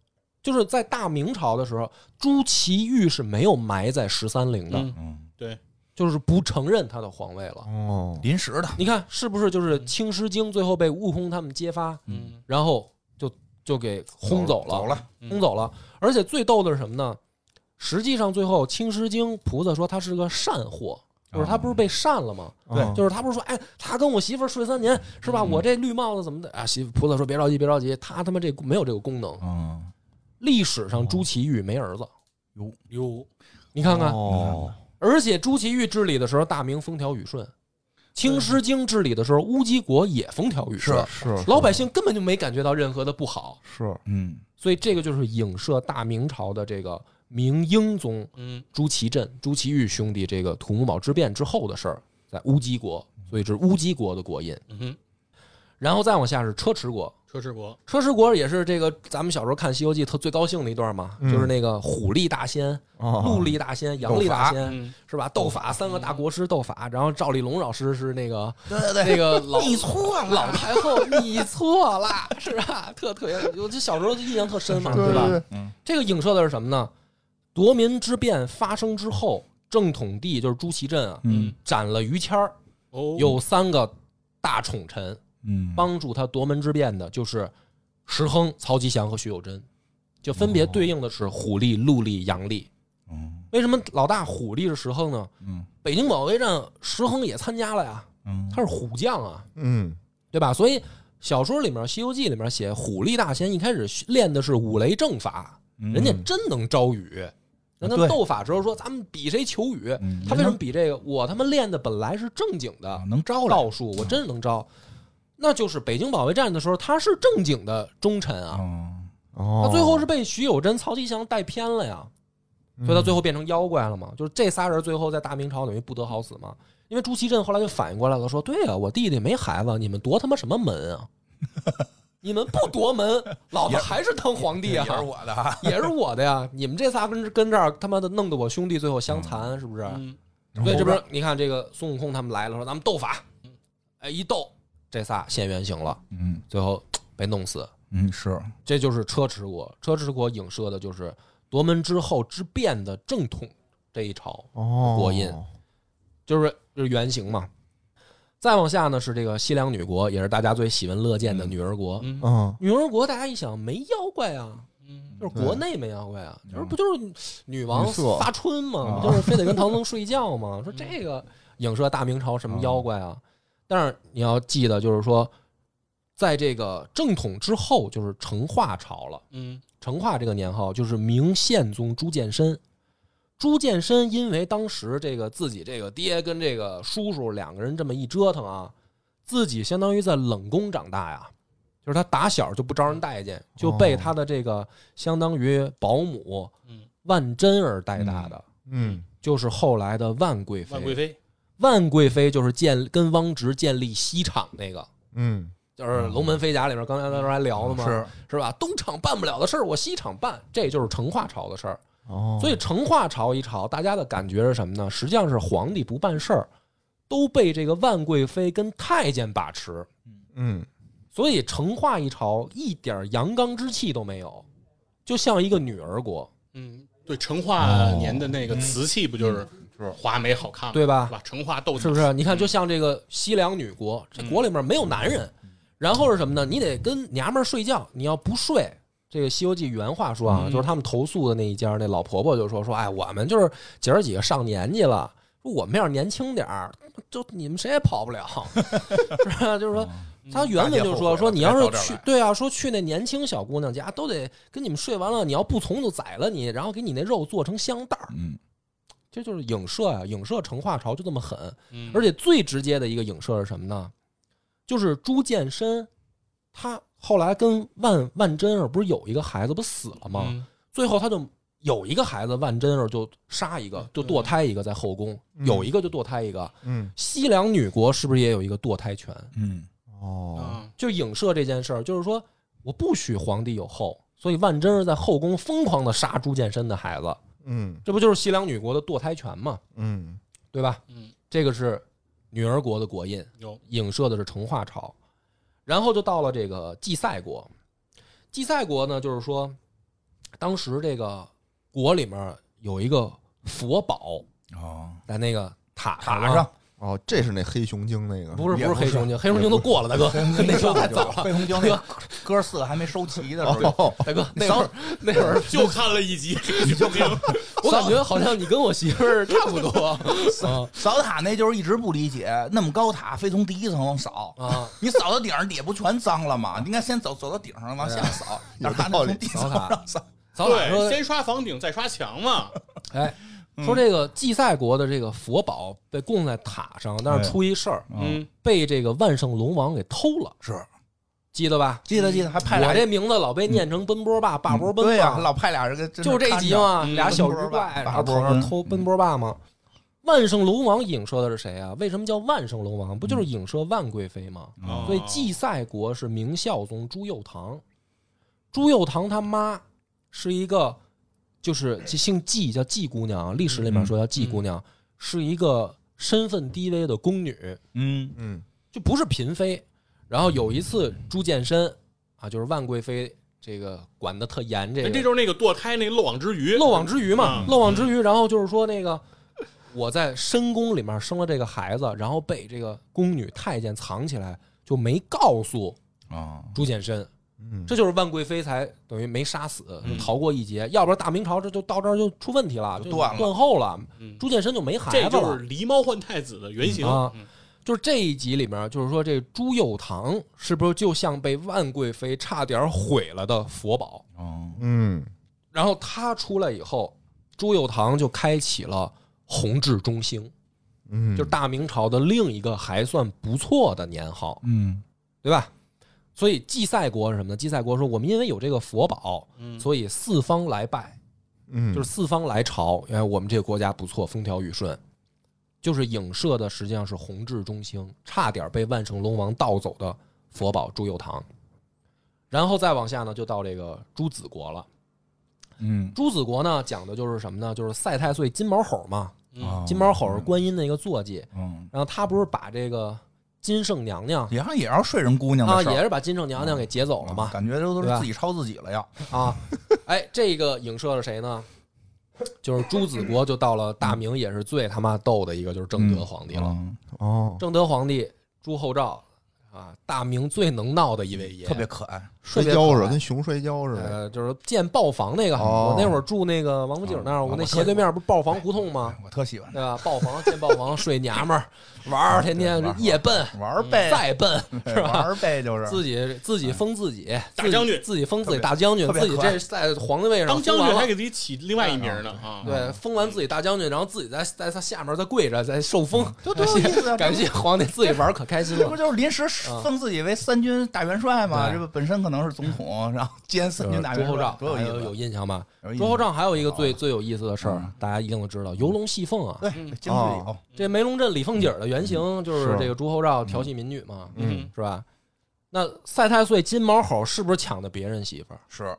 就是在大明朝的时候，朱祁钰是没有埋在十三陵的，
嗯，
嗯，
对，
就是不承认他的皇位了。
哦，
临时的，
你看是不是就是青狮精最后被悟空他们揭发，
嗯
然后就就给轰走了，
走了，
嗯
轰走了。而且最逗的是什么呢？实际上最后青狮精菩萨说他是个善货，
啊
就是他不是被善了吗？
对
哦
就是他不是说，哎，他跟我媳妇儿睡三年是
嗯
吧？我这绿帽子怎么的啊？媳妇菩萨说别着急，别着急，他他妈这没有这个功能。
嗯，
历史上朱祁钰没儿子，
啊有
你看看，
哦，
而且朱祁钰治理的时候大明风调雨顺，京师京治理的时候，乌鸡国也风调雨顺，
是是
老百姓根本就没感觉到任何的不好，
是
嗯
所以这个就是影射大明朝的这个明英宗
嗯，
朱祁镇、朱祁钰兄弟这个土木堡之变之后的事儿，在乌鸡国，所以这是乌鸡国的国印。
嗯哼，
然后再往下是车迟国，
车迟国，
车迟国也是这个咱们小时候看《西游记》特最高兴的一段嘛，
嗯
就是那个虎力大仙、
啊
鹿力大仙、羊力大仙
嗯，
是吧？斗
哦
法三个大国师斗法，然后赵丽蓉老师是那个
对嗯 对
那个老
你错了
老太后，你错了，是吧？特特别，我这小时候印象特深嘛，
对
吧？
对，
这个影射的是什么呢？夺民之变发生之后，正统帝就是朱祁镇啊，
嗯
斩了于谦儿，
哦，
有三个大宠臣
嗯，
帮助他夺门之变的，就是石亨、曹吉祥和徐有贞，就分
哦
别对应的是虎力、陆力、杨力。
嗯
为什么老大虎力是石亨呢？
嗯
北京保卫战，石亨也参加了呀，
嗯，
他是虎将啊，
嗯，
对吧？所以小说里面《西游记》里面写虎力大仙一开始练的是五雷正法，
嗯
人家真能招雨。人家
对
斗法时候说咱们比谁求雨，
嗯
他为什么比这个？我他妈练的本来是正经的
啊能招来
道术，我真是能招。那就是北京保卫战的时候，他是正经的忠臣啊，
嗯
哦，
他最后是被徐有贞、曹吉祥带偏了呀，
嗯
所以他最后变成妖怪了嘛。就是这仨人最后在大明朝等于不得好死嘛。因为朱祁镇后来就反应过来了，说：“对啊，我弟弟没孩子，你们夺他妈什么门 啊？你们不夺门，老子还是当皇帝啊！
也是 我的啊，
也是我的呀！你们这仨跟跟这儿他妈的弄得我兄弟最后相残，是不是？
嗯，
所以这不是你看这个孙悟空他们来了，说咱们斗法，哎，一斗这仨现原形了，
嗯
最后嘖被弄死。
嗯是，
这就是车迟国，车迟国影射的就是夺门之后之变的正统这一朝，
哦
国印就是就是原型嘛。再往下呢是这个西凉女国，也是大家最喜闻乐见的女儿国。
嗯
嗯，
女儿国大家一想没妖怪啊，
嗯，
就是国内没妖怪啊，就是
嗯
不就是女王
女色
发春嘛，
啊
就是非得跟唐僧睡觉嘛。说这个影射大明朝什么妖怪啊？但是你要记得，就是说，在这个正统之后，就是成化朝了。
嗯，
成化这个年号就是明宪宗朱见深。朱见深因为当时这个自己这个爹跟这个叔叔两个人这么一折腾啊，自己相当于在冷宫长大呀，就是他打小就不招人待见，就被他的这个相当于保姆
嗯
万贞儿带大的，
嗯
就是后来的万贵妃。
万贵妃，
万贵妃就是建跟汪直建立西厂那个，
嗯
就是《龙门飞甲》里面刚才咱们还聊的嘛，
是
是吧？东厂办不了的事儿，我西厂办，这就是成化朝的事儿。
哦，
所以成化朝一朝，大家的感觉是什么呢？实际上是皇帝不办事儿，都被这个万贵妃跟太监把持，
嗯
所以成化一朝一点阳刚之气都没有，就像一个女儿国，
嗯，对，成化年的那个瓷器不就是
嗯是
华美好看嘛，
哦嗯对吧
是？吧？成化斗
是不是？你看，
嗯
就像这个西凉女国，这国里面没有男人，嗯
嗯
然后是什么呢？你得跟娘们儿睡觉，你要不睡。这个《西游记》原话说啊，
嗯
就是他们投诉的那一家那老婆婆就说说，哎，我们就是姐儿几个上年纪了，说我们要是年轻点儿，就你们谁也跑不了， 是吧？就是说，他原文就
哦大姐后悔
说
了
说你要
该
是
到这儿
去
来，
对啊，说去那年轻小姑娘家都得跟你们睡完了，你要不从就宰了你，然后给你那肉做成香袋儿，
嗯
这就是影射啊，影射成化朝就这么狠。
嗯，
而且最直接的一个影射是什么呢？就是朱见深，他后来跟万万贞儿不是有一个孩子，不死了吗？
嗯
最后他就有一个孩子，万贞儿就杀一个，就堕胎一个在后宫，
嗯
有一个就堕胎一个。
嗯
西凉女国是不是也有一个堕胎权？
嗯
哦，
啊，
就影射这件事儿，就是说我不许皇帝有后，所以万贞儿在后宫疯狂的杀朱见深的孩子，
嗯
这不就是西凉女国的堕胎权吗？
嗯
对吧？
嗯，
这个是女儿国的国印。
有，
影射的是成化朝，然后就到了这个祭赛国。祭赛国呢，就是说，当时这个国里面有一个佛宝
哦，
在那个塔
塔
嘛
上，
哦，这是那黑熊精那个，
不是
也
不是
不
黑
是
熊精，黑熊精都过了，大哥， 那时候太 早了，
飞鸿精那个哥四还没收齐的时候，
大哥，那会儿那会儿，
就看了一集， 就 看了，
我感觉好像你跟我媳妇儿差不 多啊
扫塔那就是一直不理解，那么高塔非从第一层往扫，
啊，
你扫到顶上底下不全脏了吗？你应该先走走到顶上
哎
往下扫，
有
然后
道理
从第一层往上扫。
早晚说
对，先刷房顶再刷墙嘛，
哎，
嗯
说这个祭赛国的这个佛宝被供在塔上，但是出一事儿，
嗯，
被这个万圣龙王给偷了，
是
记得吧？
记得记得还派俩嗯
我这名字老被念成奔波霸、霸波奔
对呀、
霸，
老派俩人跟真的
就这
看着
集嘛，
嗯
俩小鱼
奔波
怪
霸
然后
霸波嗯
头上
奔
偷奔波霸嘛。万圣龙王影射的是谁啊？为什么叫万圣龙王？不就是
嗯
影射万贵妃吗？
哦
所以祭赛国是明孝宗朱佑樘，朱佑樘他妈是一个，就是姓纪叫纪姑娘，啊历史里
嗯
面说叫纪姑娘，是一个身份低微的宫女，
嗯
嗯
就不是嫔妃。然后有一次朱见深啊，就是万贵妃这个管的特严，这
哎
个
这就是那个堕胎那漏网之鱼，
漏网之鱼嘛，
嗯
漏网之鱼。然后就是说那个我在深宫里面生了这个孩子，然后被这个宫女太监藏起来，就没告诉
啊
朱见深。
嗯，
这就是万贵妃才等于没杀死，就
嗯
逃过一劫。要不然大明朝这就到这儿就出问题了，
就
就
断了
断后了。
嗯
朱见深就没孩
这
子
就
了。
是狸猫换太子的原型
嗯啊
嗯
就是这一集里面，就是说这朱佑樘是不是就像被万贵妃差点毁了的佛宝？
哦
嗯
然后他出来以后，朱佑樘就开启了弘治中兴，
嗯，
就是大明朝的另一个还算不错的年号，
嗯
对吧？所以祭赛国是什么呢？祭赛国说我们因为有这个佛宝，
嗯
所以四方来拜，
嗯
就是四方来朝，哎，我们这个国家不错，风调雨顺，就是影射的实际上是弘治中兴，差点被万圣龙王盗走的佛宝朱佑樘。然后再往下呢，就到这个朱子国了。
嗯
朱子国呢，讲的就是什么呢？就是赛太岁金毛猴嘛，
啊
金毛猴是观音的一个坐骑。
嗯
然后他不是把这个金圣娘娘
也好像也要睡人姑娘
啊，
的事儿
也是把金圣娘娘给劫走了嘛？
感觉都都
对
是
吧
自己抄自己了要
啊，哎，这个影射了谁呢？就是朱子国就到了大明，也是最他妈逗的一个，就是正德皇帝了。
嗯
哦，
正德皇帝朱厚照啊，大明最能闹的一位爷，
特别可爱，
摔
别
跤
可
似的，
爱
跟熊摔跤似的，
呃，哎就是建豹房那个。
哦
我那会儿住那个王府井那儿，
哦
我那
我
斜对面不是豹房胡同吗？
我特喜欢
对吧？豹房建豹房，睡娘们儿，玩儿，天天
哦玩儿
夜奔，
玩
嗯
儿呗，
再奔，
对玩儿呗就是
嗯自己自己封自己，
大
自己
将军
自己封自己
哎特别
大将军，
特别
自己
可爱
这在皇帝位上
当将
封完
军
了
还给自己起另外一名呢啊，
嗯对，封完自己大将军，然后自己在在他下面再跪着，再受封。
就多有意思啊！
感谢皇帝，自己玩儿可开心
这不
了。
就是临时封自己为三军大元帅吗？
嗯对
这不本身可能是总统，然后兼三军大
朱
元
厚
帅
照，，
多
还
有
有
意
印象吧？
思！
朱厚照还有一个最
啊
最有意思的事儿
嗯，
大家一定都知道，游龙戏凤啊。
对嗯京剧有
哦
这梅龙镇李凤姐儿的原型就是
是
这个朱厚照调戏民女嘛，
嗯，
是吧？那赛太岁金毛猴是不是抢的别人媳妇儿？
是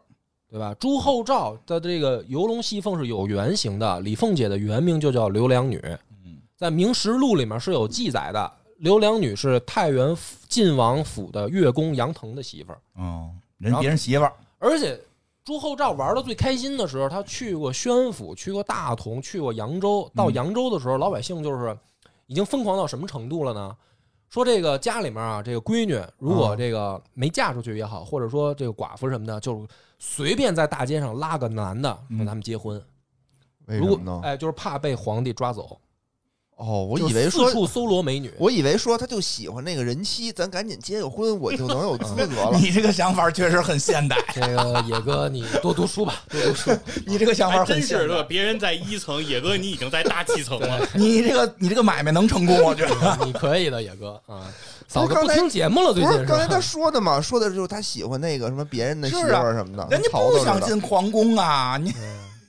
对吧？朱厚照的这个游龙戏凤是有原型的，李凤姐的原名就叫刘良女，
嗯
在《明实录》里面是有记载的。刘良女是太原府晋王府的月宫杨腾的媳妇儿，
哦，
然
人
后
别人媳妇儿
而且朱厚照玩的最开心的时候，他去过宣府，去过大同，去过扬州。
嗯
到扬州的时候，老百姓就是已经疯狂到什么程度了呢？说这个家里面啊，这个闺女如果这个没嫁出去也好，或者说这个寡妇什么的，就是随便在大街上拉个男的
嗯
跟他们结婚，
为什
如
么
果
呢？
哎就是怕被皇帝抓走，
哦，我
就
以
是
为说
四，处搜罗美女，
我以为说他就喜欢那个人妻，咱赶紧结个婚，我就能有资格 了。
你这个想法确实很现 代，
这个野哥，你多读书吧，多读书。
你这个想法
还
很
真
现
是
代
的，，别人在一层， 野哥你已经在大气层了，
你这个你这个买卖能成功，我觉得。
你可以的，野哥啊，嫂子
刚
不
才
听节目了，最
不
近
是
是
刚才
吧
他说的嘛，说的就是他喜欢那个什么别人的媳妇
是啊
儿什么的，
人家
曹操
不
似
想
的
进皇宫啊！你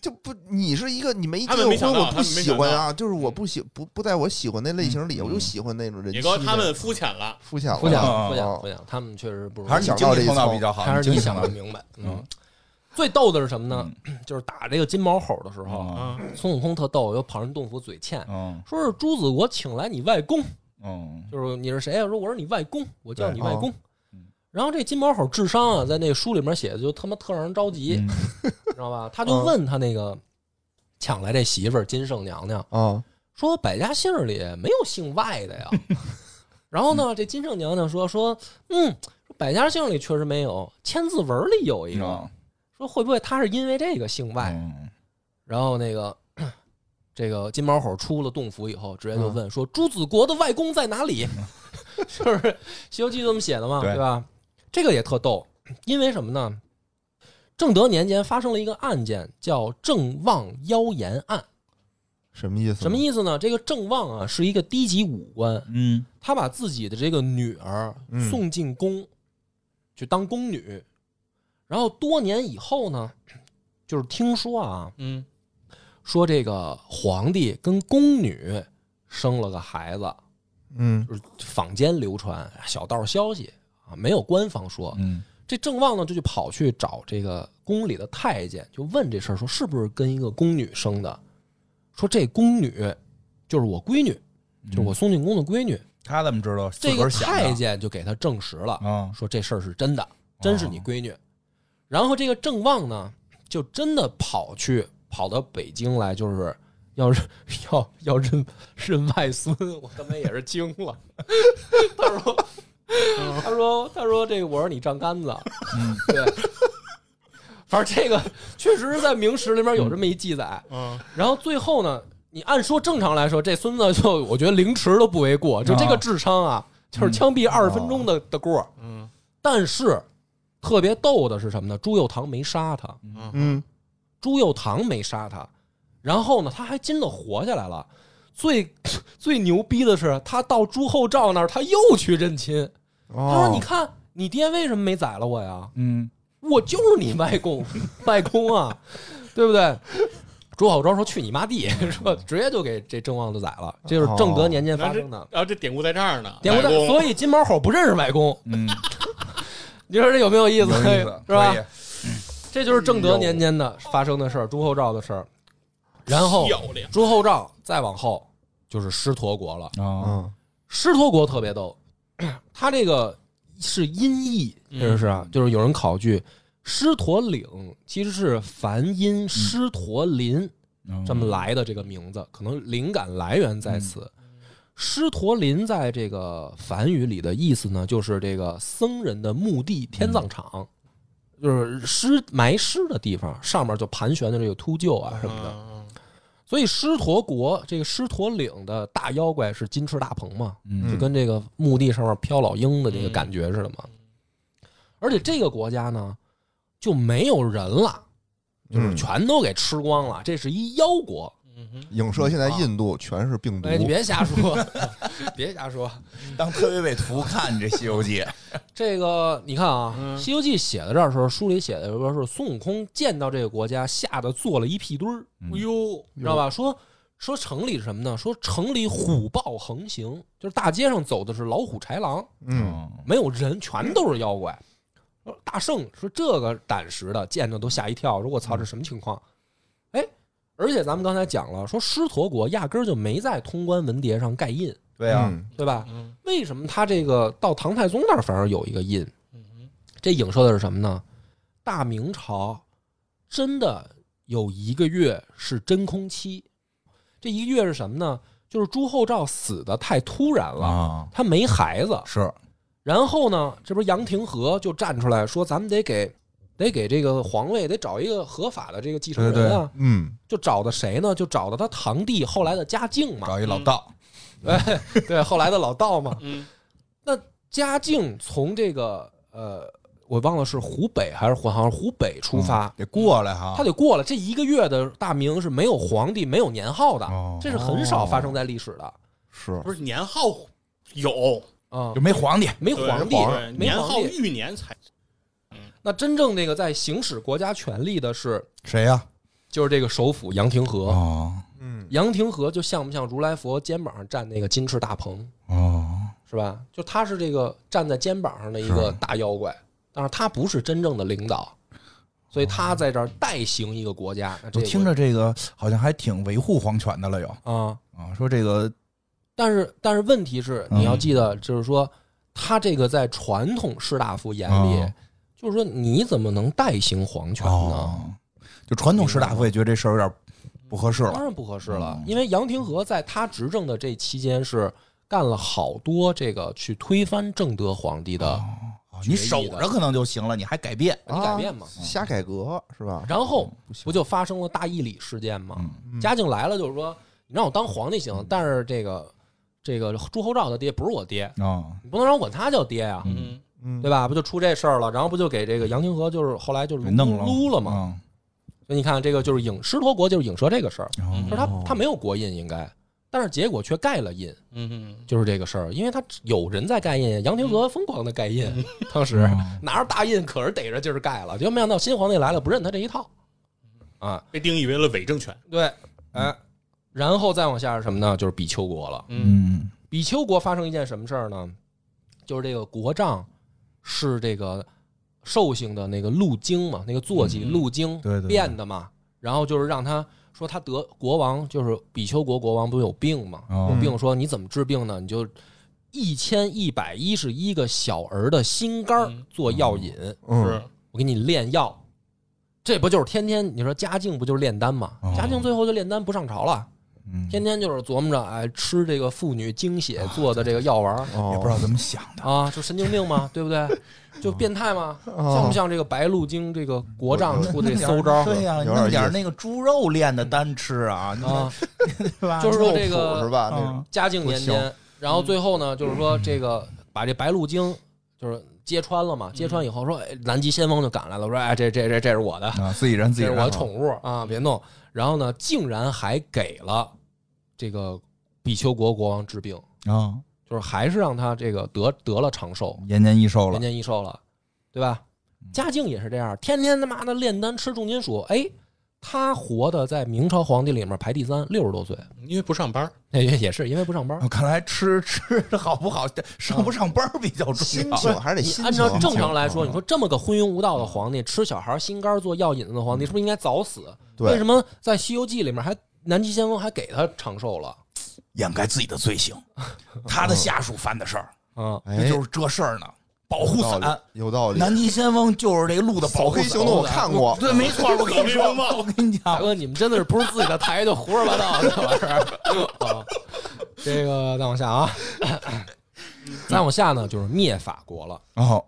就不，你是一个你没结
他们没
过
想
婚，
到
我不喜欢
他们
啊，就是我不喜不不在我喜欢那类型里，我就喜欢那种人妻
野
的。
哥他们嗯肤浅了，
肤浅了，
不讲
哦
不
哦
讲不讲，他们确实不容
还
易
是
想
你
到
经
这一
济头脑
层
比较好，
还是
经
你
济
想
头
的
脑
明白。嗯，最逗的是什么呢？ 就是打这个金毛猴的时候，
哦
嗯，
孙悟空特逗，又跑人洞府嘴欠，
嗯
说是朱子国请来你外公，
嗯
就是你是谁啊呀？说我是你外公，我叫你
对
外公
嗯。
然后这金毛猴智商啊，在那书里面写的就他妈特让人着急，
嗯
知道吧？他就问他那个抢来这媳妇儿金圣娘娘。
啊，
说百家姓儿里没有姓外的呀。 然后呢，这金圣娘娘说说，嗯，说百家姓里确实没有，千字文里有一个，说会不会他是因为这个姓外？
啊嗯
然后那个这个金毛猴出了洞府以后，直接就
嗯
问说朱子国的外公在哪里？ 是不是《西游记》这么写的嘛？
对
对吧？这个也特逗，因为什么呢？正德年间发生了一个案件，叫郑望妖言案。
什么意思呢？
什么意思呢？这个郑旺啊是一个低级武官，
嗯
他把自己的这个女儿
嗯
送进宫，去当宫女。然后多年以后呢，就是听说啊，
嗯
说这个皇帝跟宫女生了个孩子，
嗯
就是坊间流传小道消息啊，没有官方说。
嗯
这郑旺呢，就去跑去找这个宫里的太监，就问这事儿，说是不是跟一个宫女生的？说这宫女就是我闺女，就是我送进宫的闺女。
他怎么知嗯道自
这
个
个
儿想的
太监就给他证实了，
啊？哦
说这事儿是真的，真是你闺女。然后这个郑旺呢，就真的跑去跑到北京来，就是要 认要要认认外孙，我他妈也是惊了。他说他说他说这个我是你丈杆子，
嗯
对。反正这个确实是在明史里面有这么一记载，
嗯，
然后最后呢，你按说正常来说，这孙子就我觉得凌迟都不为过，就这个智商啊，就是枪毙二十分钟的、的过。
嗯，
但是特别逗的是什么呢？朱佑樘没杀他，
嗯
朱佑樘没杀他，然后呢，他还真的活下来了。最 最牛逼的是，他到朱厚照那儿，他又去认亲。他
哦
说：“你看，你爹为什么没宰了我呀？”
嗯
我就是你外公， 外公啊，对不对？朱厚照说：“去你妈地！”说直接就给这郑旺就宰了，这
哦
就是正德年间
然
发
后这
生的。
然后这典故在这儿呢，
典故在
白宫，
所以金毛猴不认识外公，
嗯，
你说这有没有意
有
思？
意思
是吧
可以？啊
这就是正德年间的发生的事儿，朱厚照的事儿。然后
漂亮，
朱厚照再往后就是狮驼国了。
啊，
嗯
狮驼国特别逗， 他这个是音译，
嗯
这是啊，就是有人考据，狮驼岭其实是梵音狮驼林
嗯
这么来的这个名字，可能灵感来源在此。狮驼林在这个梵语里的意思呢，就是这个僧人的墓地、天葬场，就是尸埋尸的地方，上面就盘旋着这个秃鹫啊什么的。
嗯
所以狮驼国这个狮驼岭的大妖怪是金翅大鹏嘛，
嗯
就跟这个墓地上面飘老鹰的这个感觉似的嘛。而且这个国家呢，就没有人了，就是
嗯
全都给吃光了。这是一妖国，
嗯哼
影射现在印度全是病毒
哎，，你别瞎说， 别瞎说。
当特别委图看这《西游记》，
这个你看啊，
嗯
西游记》写到这儿的时候，书里写的说是孙悟空见到这个国家，吓得坐了一屁墩儿，
嗯
哎呦，你知道吧？说说城里是什么呢？说城里虎豹横行，就是大街上走的是老虎豺狼，
嗯，
没有人，全都是妖怪。说大圣说这个胆识的，见着都吓一跳，说我
嗯
操，这什么情况？哎，而且咱们刚才讲了，说狮驼国压根儿就没在通关文牒上盖印，
对啊，
嗯
对吧？
嗯
为什么他这个到唐太宗那儿反而有一个印？
嗯
这影射的是什么呢？大明朝真的有一个月是真空期，这一个月是什么呢？就是朱厚照死的太突然了，
啊，
他没孩子，
是，
然后呢，这不是杨廷和就站出来说，咱们得给得给这个皇位得找一个合法的这个继承人啊，
对对
嗯
就找的谁呢？就找的他堂弟后来的嘉靖嘛，
找一老
嗯
道，
对，后来的老道嘛。
嗯
嘉靖从这个呃，我忘了是湖北还是湖，好像是湖北出发，
嗯得过来哈，
他得过了这一个月的大明是没有皇帝、没有年号的，
哦
这是很少发生在历史的
是
不是年号有
啊、
就没皇帝，
没
对
皇帝
皇对，
没
年
皇
号
帝。
遇年才
那真正那个在行使国家权力的是，
谁呀？
就是这个首辅杨廷和。
哦
嗯
杨廷和就像不像如来佛肩膀上站那个金翅大鹏，
哦，
是吧？就他是这个站在肩膀上的一个大妖怪，但是他不是真正的领导，所以他在这儿代行一个国家。那这
我
个
听着这个好像还挺维护皇权的了，有
啊，
啊，说这个
但是但是问题是，
嗯
你要记得，就是说他这个在传统士大夫眼里
哦，
就是说你怎么能代行皇权呢？
哦，就传统士大夫也觉得这事儿有点不合适
当
了，
然不合适了
嗯，
因为杨廷和在他执政的这期间是干了好多这个去推翻正德皇帝的
哦你守着可能就行了，你还改变，
你改变嘛。
瞎改革是吧？
然后
不行
不就发生了大义礼事件吗？
嗯
嘉靖来了就是说，你让我当皇帝行，但是这个这个朱厚照他爹不是我爹，
哦，
你不能让我管他叫爹呀、
嗯
嗯
嗯对吧？不就出这事儿了，然后不就给这个杨廷和就是后来就
给弄
撸了嘛，
嗯
就你看这个就是影狮驼国就是影射这个事儿，
哦
就是他他没有国印应该，但是结果却盖了印，
嗯
就是这个事儿，因为他有人在盖印，杨廷和疯狂的盖印，当时
嗯
拿着大印可是逮着劲儿盖了，结果没想到新皇帝来了不认他这一套，啊，
被定义为了伪政权。
对，哎，然后再往下是什么呢？就是比丘国了。
嗯
嗯
比丘国发生一件什么事儿呢？就是这个国丈是这个寿星的那个路经嘛，那个坐骑
嗯
路经
对对对
变的嘛，然后就是让他说他得国王就是比丘国国王不是有病嘛，
哦
有病说你怎么治病呢？你就一千一百一十一个小儿的心肝儿
嗯
做药引，
嗯
是，
我给你炼药，这不就是天天你说嘉靖不就是炼丹嘛
哦？
嘉靖最后就炼丹不上朝了。
嗯，
天天就是琢磨着，哎，吃这个妇女精血做的这个药丸儿
哦，
也不知道怎么想的，
啊，就神经病嘛，对不对？就变态嘛，像不像这个白鹿精这个国丈出的这馊招
对
儿？
呀，
有点
弄
意
点
思
那个猪肉炼的单吃啊，你
啊，
对吧？
就是说
肉
这
脯
个
是吧？那
啊
种
嘉靖年间，然后最后呢，就是说这个把这白鹿精就是揭穿了嘛，揭穿以后说，哎，南极仙翁就赶来了，说，哎，这这这这是我的，
啊，自己人自
这
己
是
人
我的
啊，
宠物啊，别弄。然后呢，竟然还给了这个比丘国国王治病，
啊，
就是还是让他这个得得了长寿。
延年益寿了
人，间益寿了，对吧？嘉靖也是这样，天天他妈的炼丹吃重金属，哎，他活的在明朝皇帝里面排第三，六十多岁，
因为不上班儿，
那也也是因为不上班。
啊看来吃吃的好不 好，上不上班儿比较重
心
要。啊
情还是得
你
心
按
情
照。正常来说，你说这么个昏庸无道的皇帝，吃小孩心肝做药引子的皇帝，是不是应该早死？
对
为什么在《西游记》里面还南极仙翁还给他长寿了？
掩盖自己的罪 行，他的下属犯的事儿，
嗯，
哎，
这就是这事儿呢。保护
有
伞
道理，，有道理。
南极仙翁就是这个路的保护
扫黑
伞
行。动我看过，
对，没错，我跟你说，
扫黑行动
我跟你
大
讲，
哥，你们真的是不是自己的台就胡说八道这玩意儿。啊这个再往下啊，再往下呢就是灭法国了。
哦，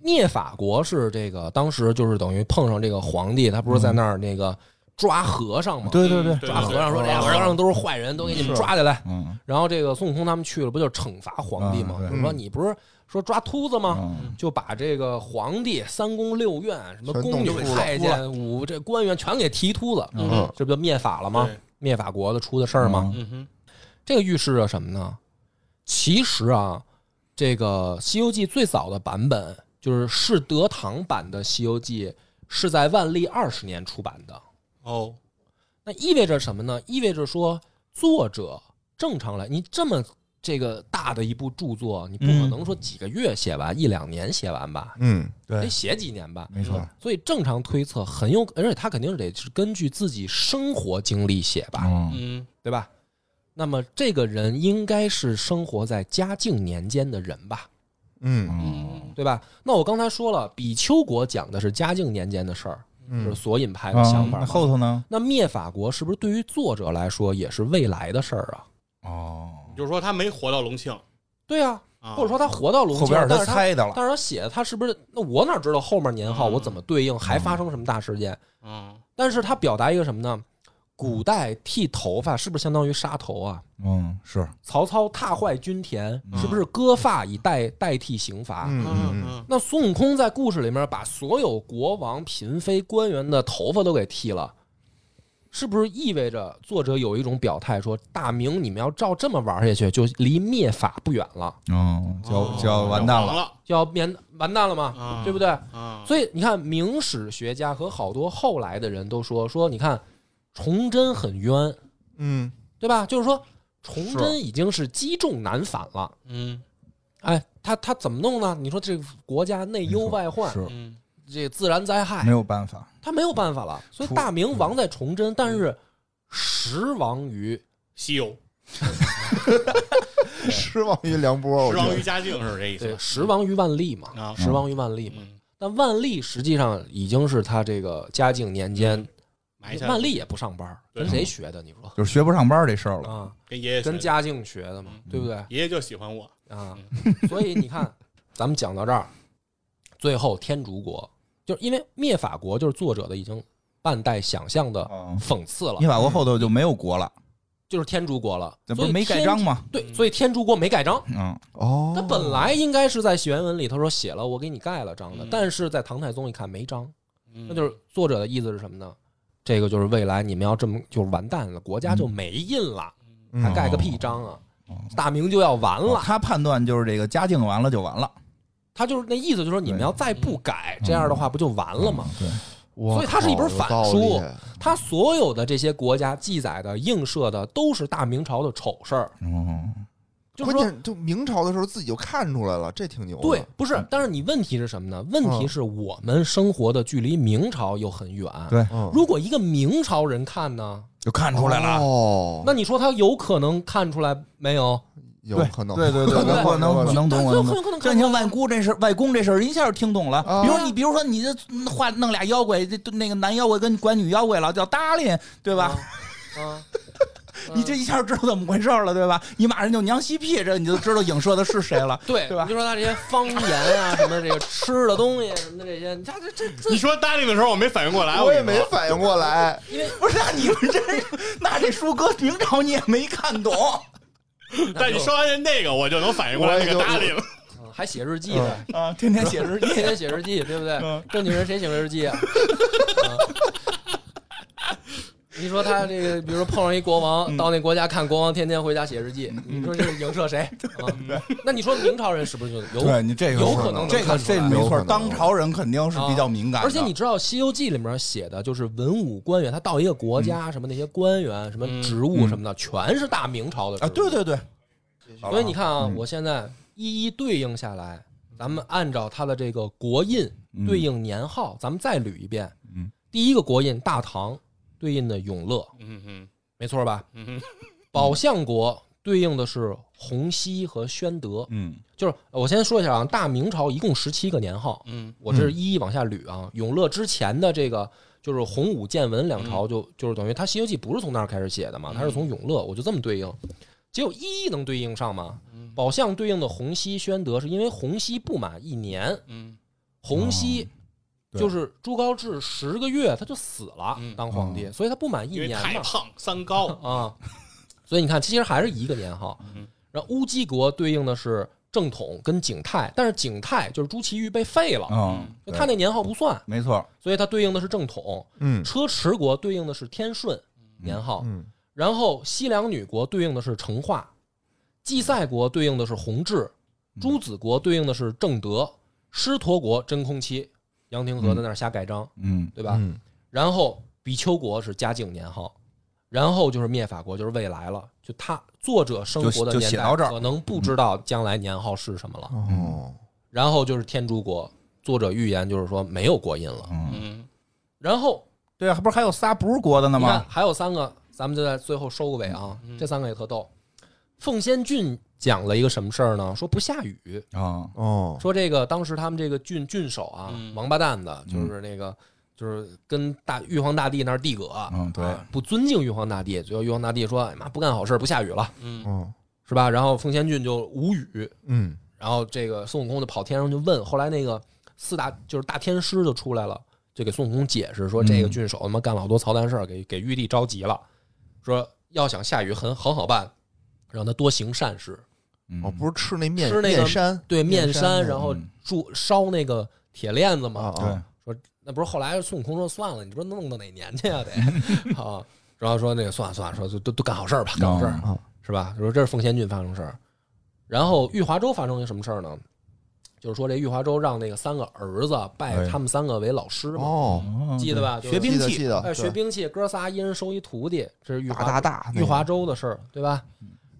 灭法国是这个当时就是等于碰上这个皇帝，他不是在那儿那个抓和尚嘛，
对对对
嗯，对
抓和尚说这哎些和尚都是坏人，都给你们抓起来。
嗯
然后这个孙悟空他们去了，不就惩罚皇帝吗？
嗯
对
说你不是说抓秃子吗？
嗯
就把这个皇帝、三宫六院、什么
全
宫
弄
女
秃、了
太监、武这官员全给提秃子，
嗯
这不就灭法了吗
对？
灭法国的出的事儿吗？
嗯哼，
这个预示着什么呢？其实啊，这个《西游记》最早的版本就是是德堂版的《西游记》，是在万历二十年出版的。
哦，
那意味着什么呢？意味着说，作者正常来，你这么这个大的一部著作，你不可能说几个月写完，一两年写完吧？
嗯，
得
嗯对，
写几年吧？
没错，
所以正常推测，很有，而且他肯定是得是根据自己生活经历写吧？
嗯
嗯
对吧？那么这个人应该是生活在嘉靖年间的人吧，
嗯
嗯
对吧？那我刚才说了，比丘国讲的是嘉靖年间的事儿，就是
嗯，
索引派的
啊
想法嘛。
那后头呢？
那灭法国是不是对于作者来说也是未来的事儿啊？
哦，
就是说他没活到隆庆
对呀、
啊，
或者说他活到隆
后
庆
边儿，
但
他
是他
猜的了，
但是他写的他是不是？那我哪知道后面年号
嗯
我怎么对应，还发生什么大事件？
嗯
但是他表达一个什么呢？古代剃头发是不是相当于杀头啊？
嗯，是
曹操踏坏军田，
嗯
是不是割发以代代替刑罚？
嗯嗯嗯
嗯
那孙悟空在故事里面把所有国王、嫔妃、官员的头发都给剃了，是不是意味着作者有一种表态说，大明你们要照这么玩下去，就离灭法不远了，
嗯，
嗯，
就就完蛋了，
了，
就要面完蛋了嘛，
啊
对不对？
啊，
所以你看，明史学家和好多后来的人都说说，你看崇祯很冤，
嗯，
对吧？就是说崇
是
祯已经是积重难返了。
嗯
哎，他他怎么弄呢？你说这个国家内忧外患，
是
嗯
这自然灾害
没，有办法，
他没有办法了。所以
出
大明亡在崇祯，但
嗯
是十亡于
西游，
失望于梁波，我
十
觉
王于
得
嘉靖是这意思
哦对，十亡于万历嘛，
啊，
十亡于万历嘛。
嗯，
但万历实际上已经是他这个嘉靖年
嗯
间，
埋下
万历也不上班，
对
跟谁学的？你说
就是学不上班这事儿嗯了。嗯
啊，
跟爷爷学
跟
的
嘉靖学的嘛，对不对
爷爷就喜欢我，
啊？ 所以你看，咱们讲到这儿，最后天竺国就是因为灭法国就是作者的已经半带想象的
嗯，
讽刺了
你，法国后头就没有国了，
就是天竺国了，
这不
所以
是没盖章
天？
吗？
对，所以天竺国没盖章。
嗯，
哦，
他本来应该是在原文里头说写了我给你盖了章的，
嗯
但是在唐太宗一看没章，
嗯
那
那就是作者的意思是什么呢？这个就是未来你们要这么就完蛋了，国家就没印了，
嗯哦
还盖个屁章啊！大明就要完了，
他判断就是这个嘉靖完了就完了，
他就是那意思，就是说你们要再不改，这样的话不就完了
嗯
吗？
对，
所以它是一本反
有
书
道理，
它所有的这些国家记载的、映射的都是大明朝的丑事儿，
嗯，
就是
关
说。
键就哦明朝的时候自己就看出来了，这挺牛的。
对，不是，但是你问题是什么呢？问
嗯
题是我们生活的距离明朝又很远。
对，
嗯，
如果一个明朝人看呢，
就看出来了，
哦，
那你说他有可能看出来没有？
有可能，
对对对，
可能
可能可能
他
懂，
有
我
可能可能
这
看
你
出
看
来
外姑这事儿，外公这事儿一下就听懂了。
啊
比如你，比如说你这嗯画弄俩妖怪，这那个男妖怪跟管女妖怪了，叫达林，对吧？
啊，，
你这一下知道怎么回事儿了，对吧？你马上就娘西屁，这你就知道影射的是谁了
对，
对吧
你就说他这些方言啊，什么这个吃的东西什么的这些，你看这这这
你说搭理的时候，我没反应过来，
我
跟
也
你说
没反应过来。
不是？那你们真是，那这书搁明朝你也没看 懂，
但你说完那个，我就能反应过来
我
那
也
个
就
搭理了。
嗯还写日记呢，
啊，天天写日 记，
天天写日记，对不对
嗯？
正经人谁写日记啊？嗯你说他这个，比如说碰上一国
嗯
王，到那国家看国王天天回家写日记，你说这是影射 谁？啊那你说明朝人是不是就有？
对你这个
有
是
可能能
这个
看出来
这没
有
错
可，能
当朝人肯定是比较敏感的，
而且你知道《西游记》里面写的就是文武官员，他到一个国家，
嗯
什么那些官员、什么职务什么的，全是大明朝的职
啊，
务
对对对，嗯
所以你看啊，我现在一一对应下来，咱们按照它的这个国印对应年号，咱们再捋一遍。
嗯，
第一个国印大唐对应的永乐，
嗯嗯
没错吧？
嗯
宝象国对应的是洪熙和宣德。
嗯
就是我先说一下啊，大明朝一共十七个年号，
嗯
我这是一一往下捋啊。永乐之前的这个就是洪武、建文两朝就，就是等于他《西游记》不是从那儿开始写的嘛，他是
嗯
从永乐，我就这么对应。结果一一能对应上吗？
嗯
宝相对应的洪熙、宣德，是因为洪熙不满一年，
嗯
洪熙
对
就是朱高炽十个月他就死了，
嗯
当皇帝，所以他不满一
因为
年
太
嘛
胖三高，
啊。所以你看，其实还是一个年号
嗯。
然后乌鸡国对应的是正统跟景泰，但是景泰就是朱祁钰被废
啊
了，
嗯，
就他那年号不算。
没错，
所以它对应的是正统。
嗯
车迟国对应的是天顺年号，
嗯，
然后西凉女国对应的是成化，祭赛国对应的是弘治，
嗯
朱子国对应的是正德，狮驼国真空期，杨廷和在那儿瞎盖章，
嗯
对吧？
嗯
然后比丘国是嘉靖年号，然后就是灭法国，就是未来了。就他作者生活的
就就
年
写
代，
到这儿嗯
可能不知道将来年号是什么了。
哦，
然后就是天竺国，作者预言就是说没有国印了。
嗯
然后
对啊，不是还有仨不是国的呢
你看
吗？
还有三个，咱们就在最后收个尾啊。
嗯
这三个也特逗。奉先郡讲了一个什么事儿呢？说不下雨，
啊，
哦，
说这个当时他们这个郡郡守啊，
嗯
王八蛋子，就是那个、就是跟大玉皇大帝那儿递葛，
嗯对
啊不尊敬玉皇大帝。最后玉皇大帝说：“哎妈，不干好事，不下雨了，
嗯
嗯
是吧？”然后奉先郡就无语，
嗯
然后这个孙悟空就跑天上去问，后来那个四大就是大天师就出来了，就给孙悟空解释说，这个郡守他妈干了好多操蛋事儿，给给玉帝着急了，说要想下雨很很好办，让他多行善事，
嗯
哦，不是吃那面
吃那个
面山
对面
山
山，
的
然后铸烧那个铁链子
啊
嘛，
啊，
说那不是后来孙悟空说算了，你说弄到哪年去啊得 啊，然后说那个算了算了，说都都都干好事儿吧，干好事儿，
啊
是吧？就说这是奉先郡发生事儿，然后玉华州发生一个什么事儿呢？就是说这玉华州让那个三个儿子拜
哎
他们三个为老师嘛，
哦，
记得吧？就是
学兵
记得
器
记得，
哎，学
对
兵器，哥仨一人收一徒弟，这是玉华
大大大那个嗯
玉华州的事儿，对吧？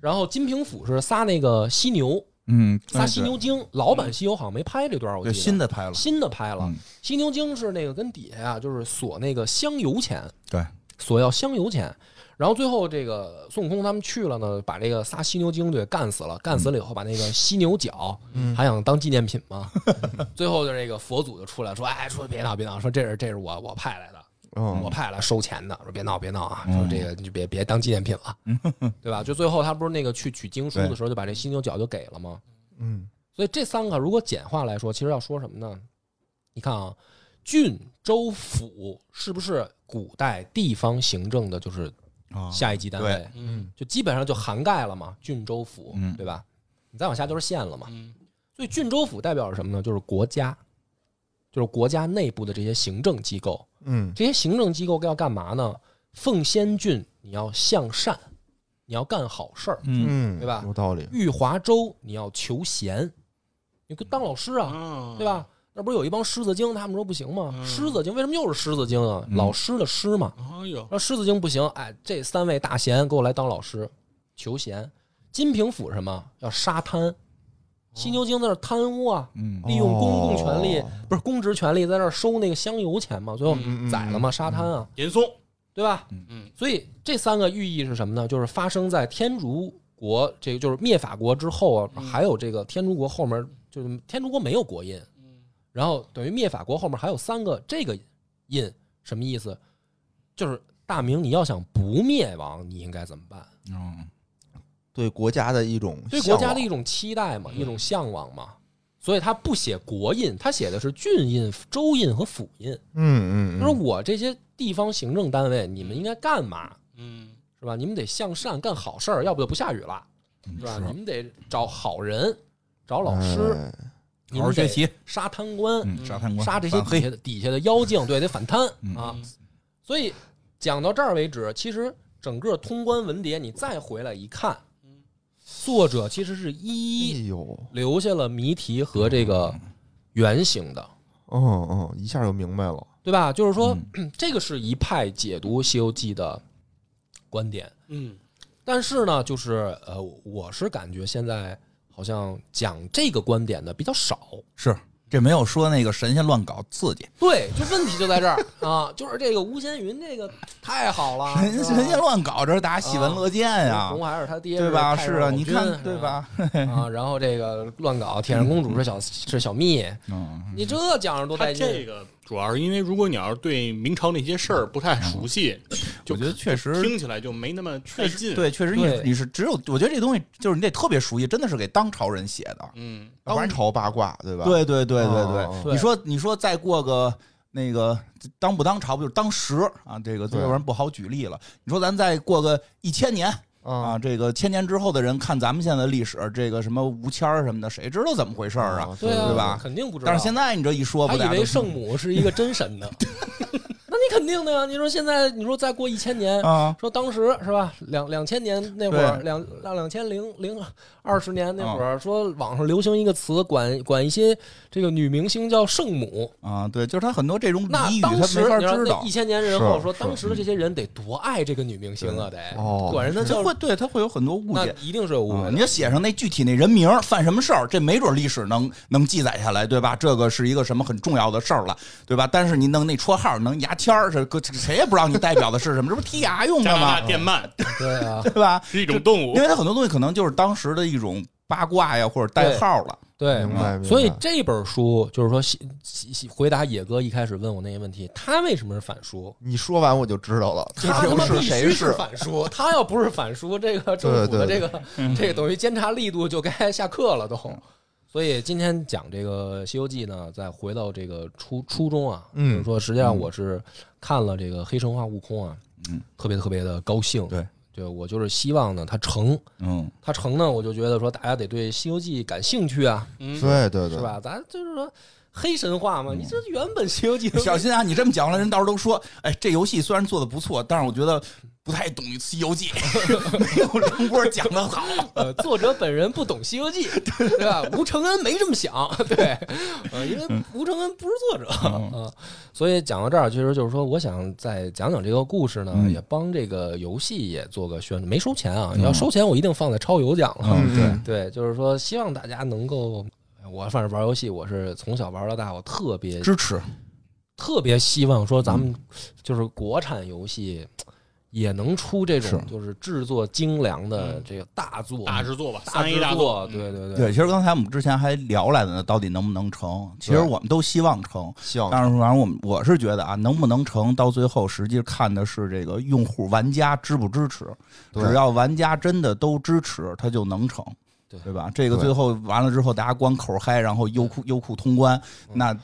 然后金平府是撒那个犀牛，
嗯，
哎
撒犀牛精，老版犀牛好像没拍这段，我记
对
得
新的拍了，
新的拍了
嗯，
犀牛精是那个跟底下呀，就是索那个香油钱，
对，
索要香油钱。然后最后这个孙悟空他们去了呢，把这个仨犀牛精就给干死了。干死了以后，把那个犀牛角
嗯
还想当纪念品嘛。 最后就这个佛祖就出来说：“哎，说别闹别闹，说这是这是我我派来的，
嗯
我派来收钱的，说别闹别闹啊，
嗯
说这个你就别别当纪念品了， 对吧？”就最后他不是那个去取经书的时候，就把这犀牛角就给了吗？
嗯
所以这三个如果简化来说，其实要说什么呢？你看啊，郡、州、府是不是古代地方行政的，就是
啊
下一级单位
对？
嗯
就基本上就涵盖了嘛，郡、州、府，
嗯
对吧？你再往下就是县了嘛。
嗯
所以郡州府代表着什么呢？就是国家。就是国家内部的这些行政机构，
嗯
这些行政机构要干嘛呢？奉先郡你要向善，你要干好事儿；
嗯
嗯，
对吧
有道理，
玉华州你要求贤，你当老师啊，
啊
对？
嗯
吧？那不是有一帮狮子精，他们说不行吗？
嗯
狮子精为什么又是狮子精啊？
嗯
老师的师嘛。
哎呦，
说狮子精不行，哎，这三位大贤给我来当老师，求贤。金平府什么要杀
哦
贪，犀牛精在那儿贪污啊，
嗯
利用公共权力、
哦
不是公职权力在那儿收那个香油钱嘛，最后
嗯嗯嗯
宰了嘛，杀贪啊，
严嵩，
对吧？
嗯，
所以这三个寓意是什么呢？就是发生在天竺国，这个就是灭法国之后啊，还有这个天竺国后面，就是天竺国没有国印，然后等于灭法国后面还有三个这个印，什么意思？就是大明你要想不灭亡，你应该怎么办？
嗯
对国家的一种
对国家
向
的一
往
种期待嘛，一种向往嘛。所以他不写国印，他写的是郡印、州印和府印。
嗯嗯，嗯
他说我这些地方行政单位，你们应该干嘛？
嗯，
是吧？你们得向善，干好事儿，要不就不下雨了，
嗯
是吧？你们得找好人，找老师，
哎
你
好好
们
学
得
习
杀贪官，
嗯，沙滩官
杀这些底
反黑
下的底下的妖 精，对，得反贪
嗯
啊。所以讲到这儿为止，其实整个通关文牒，你再回来一看，作者其实是一
嗯
一
哎呦，
留下了谜题和这个原型的，
嗯嗯，一下就明白了，
对吧？就是说，
嗯
这个是一派解读《西游记》的观点。
嗯，
但是呢，就是呃，我是感觉现在好像讲这个观点的比较少。
是这没有说那个神仙乱搞刺激，
对，就问题就在这儿啊，就是这个吴闲云这个太好了，啊
神
是吧
神仙乱搞，这是大家喜闻乐见呀
红，红孩儿他爹
对吧？
太上
是啊，
老
你
君
看对？吧？
是吧啊，然后这个乱搞铁扇公主是小是小蜜，
嗯，
你这讲着多
他
带劲！
这个主要是因为，如果你要是对明朝那些事儿不太熟悉，就
我觉得确实
听起来就没那么费劲。，
对，确实你
对
你是只有，我觉得这东西就是你得特别熟悉，真的是给当朝人写的。
嗯，
当朝八卦对吧？
对对对对
哦
对，
对
你说你说再过个那个当不当朝不就是当时啊？这个
对
要不然不好举例了。你说咱再过个一千年啊，
啊，
这个千年之后的人看咱们现在历史，这个什么吴谦儿什么的，谁知道怎么回事儿
哦
啊？
对啊，
对吧
肯定不知道。
但是现在你这一说，
他
不大
以
家
为
都
圣母是一个真神呢， 那你肯定的呀！你说现在你说再过一千年，
啊，
说当时是吧？两两千年那会儿，
对
两两两千零零二十年那会儿，说网上流行一个词，管管一些这个女明星叫圣母。
啊，对，就是他很多这种
那
俚语，他
当时
没法
你知
知
道那
道
一。千年人后
是
说，
是
当时的这些人得多爱这个女明星啊，得
哦
管人家
他
叫
会对他会有很多误
那
解，
一定是有误
啊
会
你
的。
要写上那具体那人名儿犯什么事儿，这没准历史能能记载下来，对吧？这个是一个什么很重要的事儿了，对吧？但是你弄那绰号，弄牙签儿，这个谁也不知道你代表的是什么，这不是剔牙用
加
的
拿
吗
大？电鳗
对啊，
对吧？
是一种动物
因，为它很多东西可能就是当时的一种八卦呀，或者代号了。
对啊
明。白明白。
所以这本书就是说西，西西回答野哥一开始问我那些问题，他为什么是反书？
你说完我就知道了，
他
究
他妈
竟
必
是
须
谁
是
是？
反书， 他要不是反书，这个政府的
对
这个
嗯
这个等于监察力度就该下课了都。所以今天讲这个《西游记》呢，再回到这个初初中啊，
嗯
就是说实际上我是看了这个黑神话悟空啊，嗯，特别特别的高兴。
对，
对我就是希望呢，他成，
嗯，
他成呢，我就觉得说大家得对《西游记》感兴趣啊，
对对对，
是吧？咱就是说黑神话
嗯
嘛，你这原本《西游记》
小心啊！你这么讲了，人到时候都说，哎，这游戏虽然做的不错，但是我觉得不太懂《西游记》， 没有梁波讲的好。
呃，作者本人不懂《西游记》， 对吧？吴承恩没这么想，对，呃，因为吴承恩不是作者啊、所以讲到这儿，其实就是说，我想再讲讲这个故事呢，也帮这个游戏也做个宣传，没收钱啊，要收钱我一定放在超游奖了。
嗯对，
对，就是说，希望大家能够，我反正玩游戏，我是从小玩到大，我特别
支持，
特别希望说咱们就是国产游戏。也能出这种就是制作精良的这个大作，
大制作吧，
大
三 A
制
大
作，
作，嗯
嗯
对对对
对，其实刚才我们之前还聊来的呢，到底能不能成？其实
对
我们都希望成，
希望
但是反正我们我是觉得啊，能不能成，到最后实际看的是这个用户玩家支不支持。
对
只要玩家真的都支持，它就能成。
对
对吧？这个
对
最后完了之后，大家光口嗨，然后优酷优酷通关，
嗯
那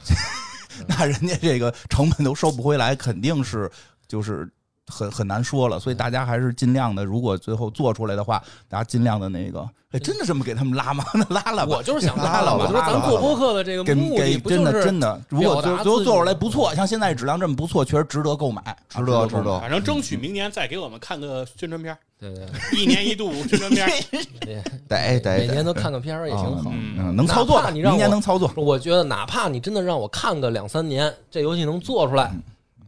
那人家这个成本都收不回来，肯定是就是很很难说了。所以大家还是尽量的，如果最后做出来的话，大家尽量的那个，哎，真的这么给他们拉吗？ 那拉了吧，
我就是想
拉了
我就
拉
说咱
了拉了
做播客的这个
给
目的
给
不
真
就
的
是
真的，如果
表
最
达
后最后
自
做出来
己啊
不错，像现在质量这么不错，确实值得购买，
值得值
购买。
得
反正争取明年再给我们看个宣传片儿，
对对
一年一度宣传片儿。
对，
得
每
得
年
得，
都看个片儿也挺好。
嗯
嗯
嗯，能操作
哪
吧，
怕你让
明年
我
能操作，
我觉得哪怕你真的让我看个两三年，这游戏能做出来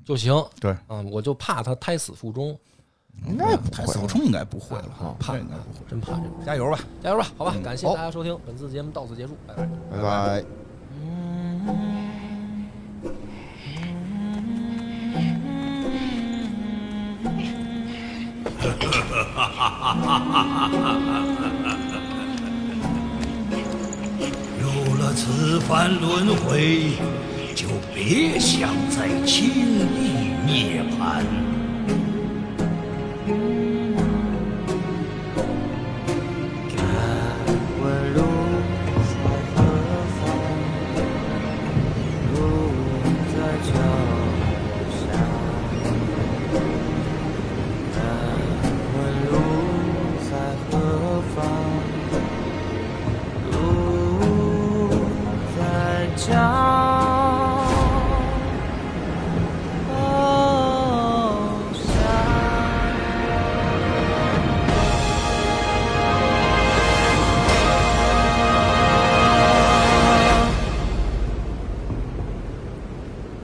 就行。
嗯对，
嗯，我就怕它胎死腹中，
应该不
嗯太
会
死
吧。
冲应该不会了，
怕
这应该不会，
真怕这个。
加油吧。
啊加油吧，好吧，
嗯
感谢
好
大家收听，本次节目到此结束，拜拜。
拜拜。
有了此番轮回，就别想再轻易涅槃。哦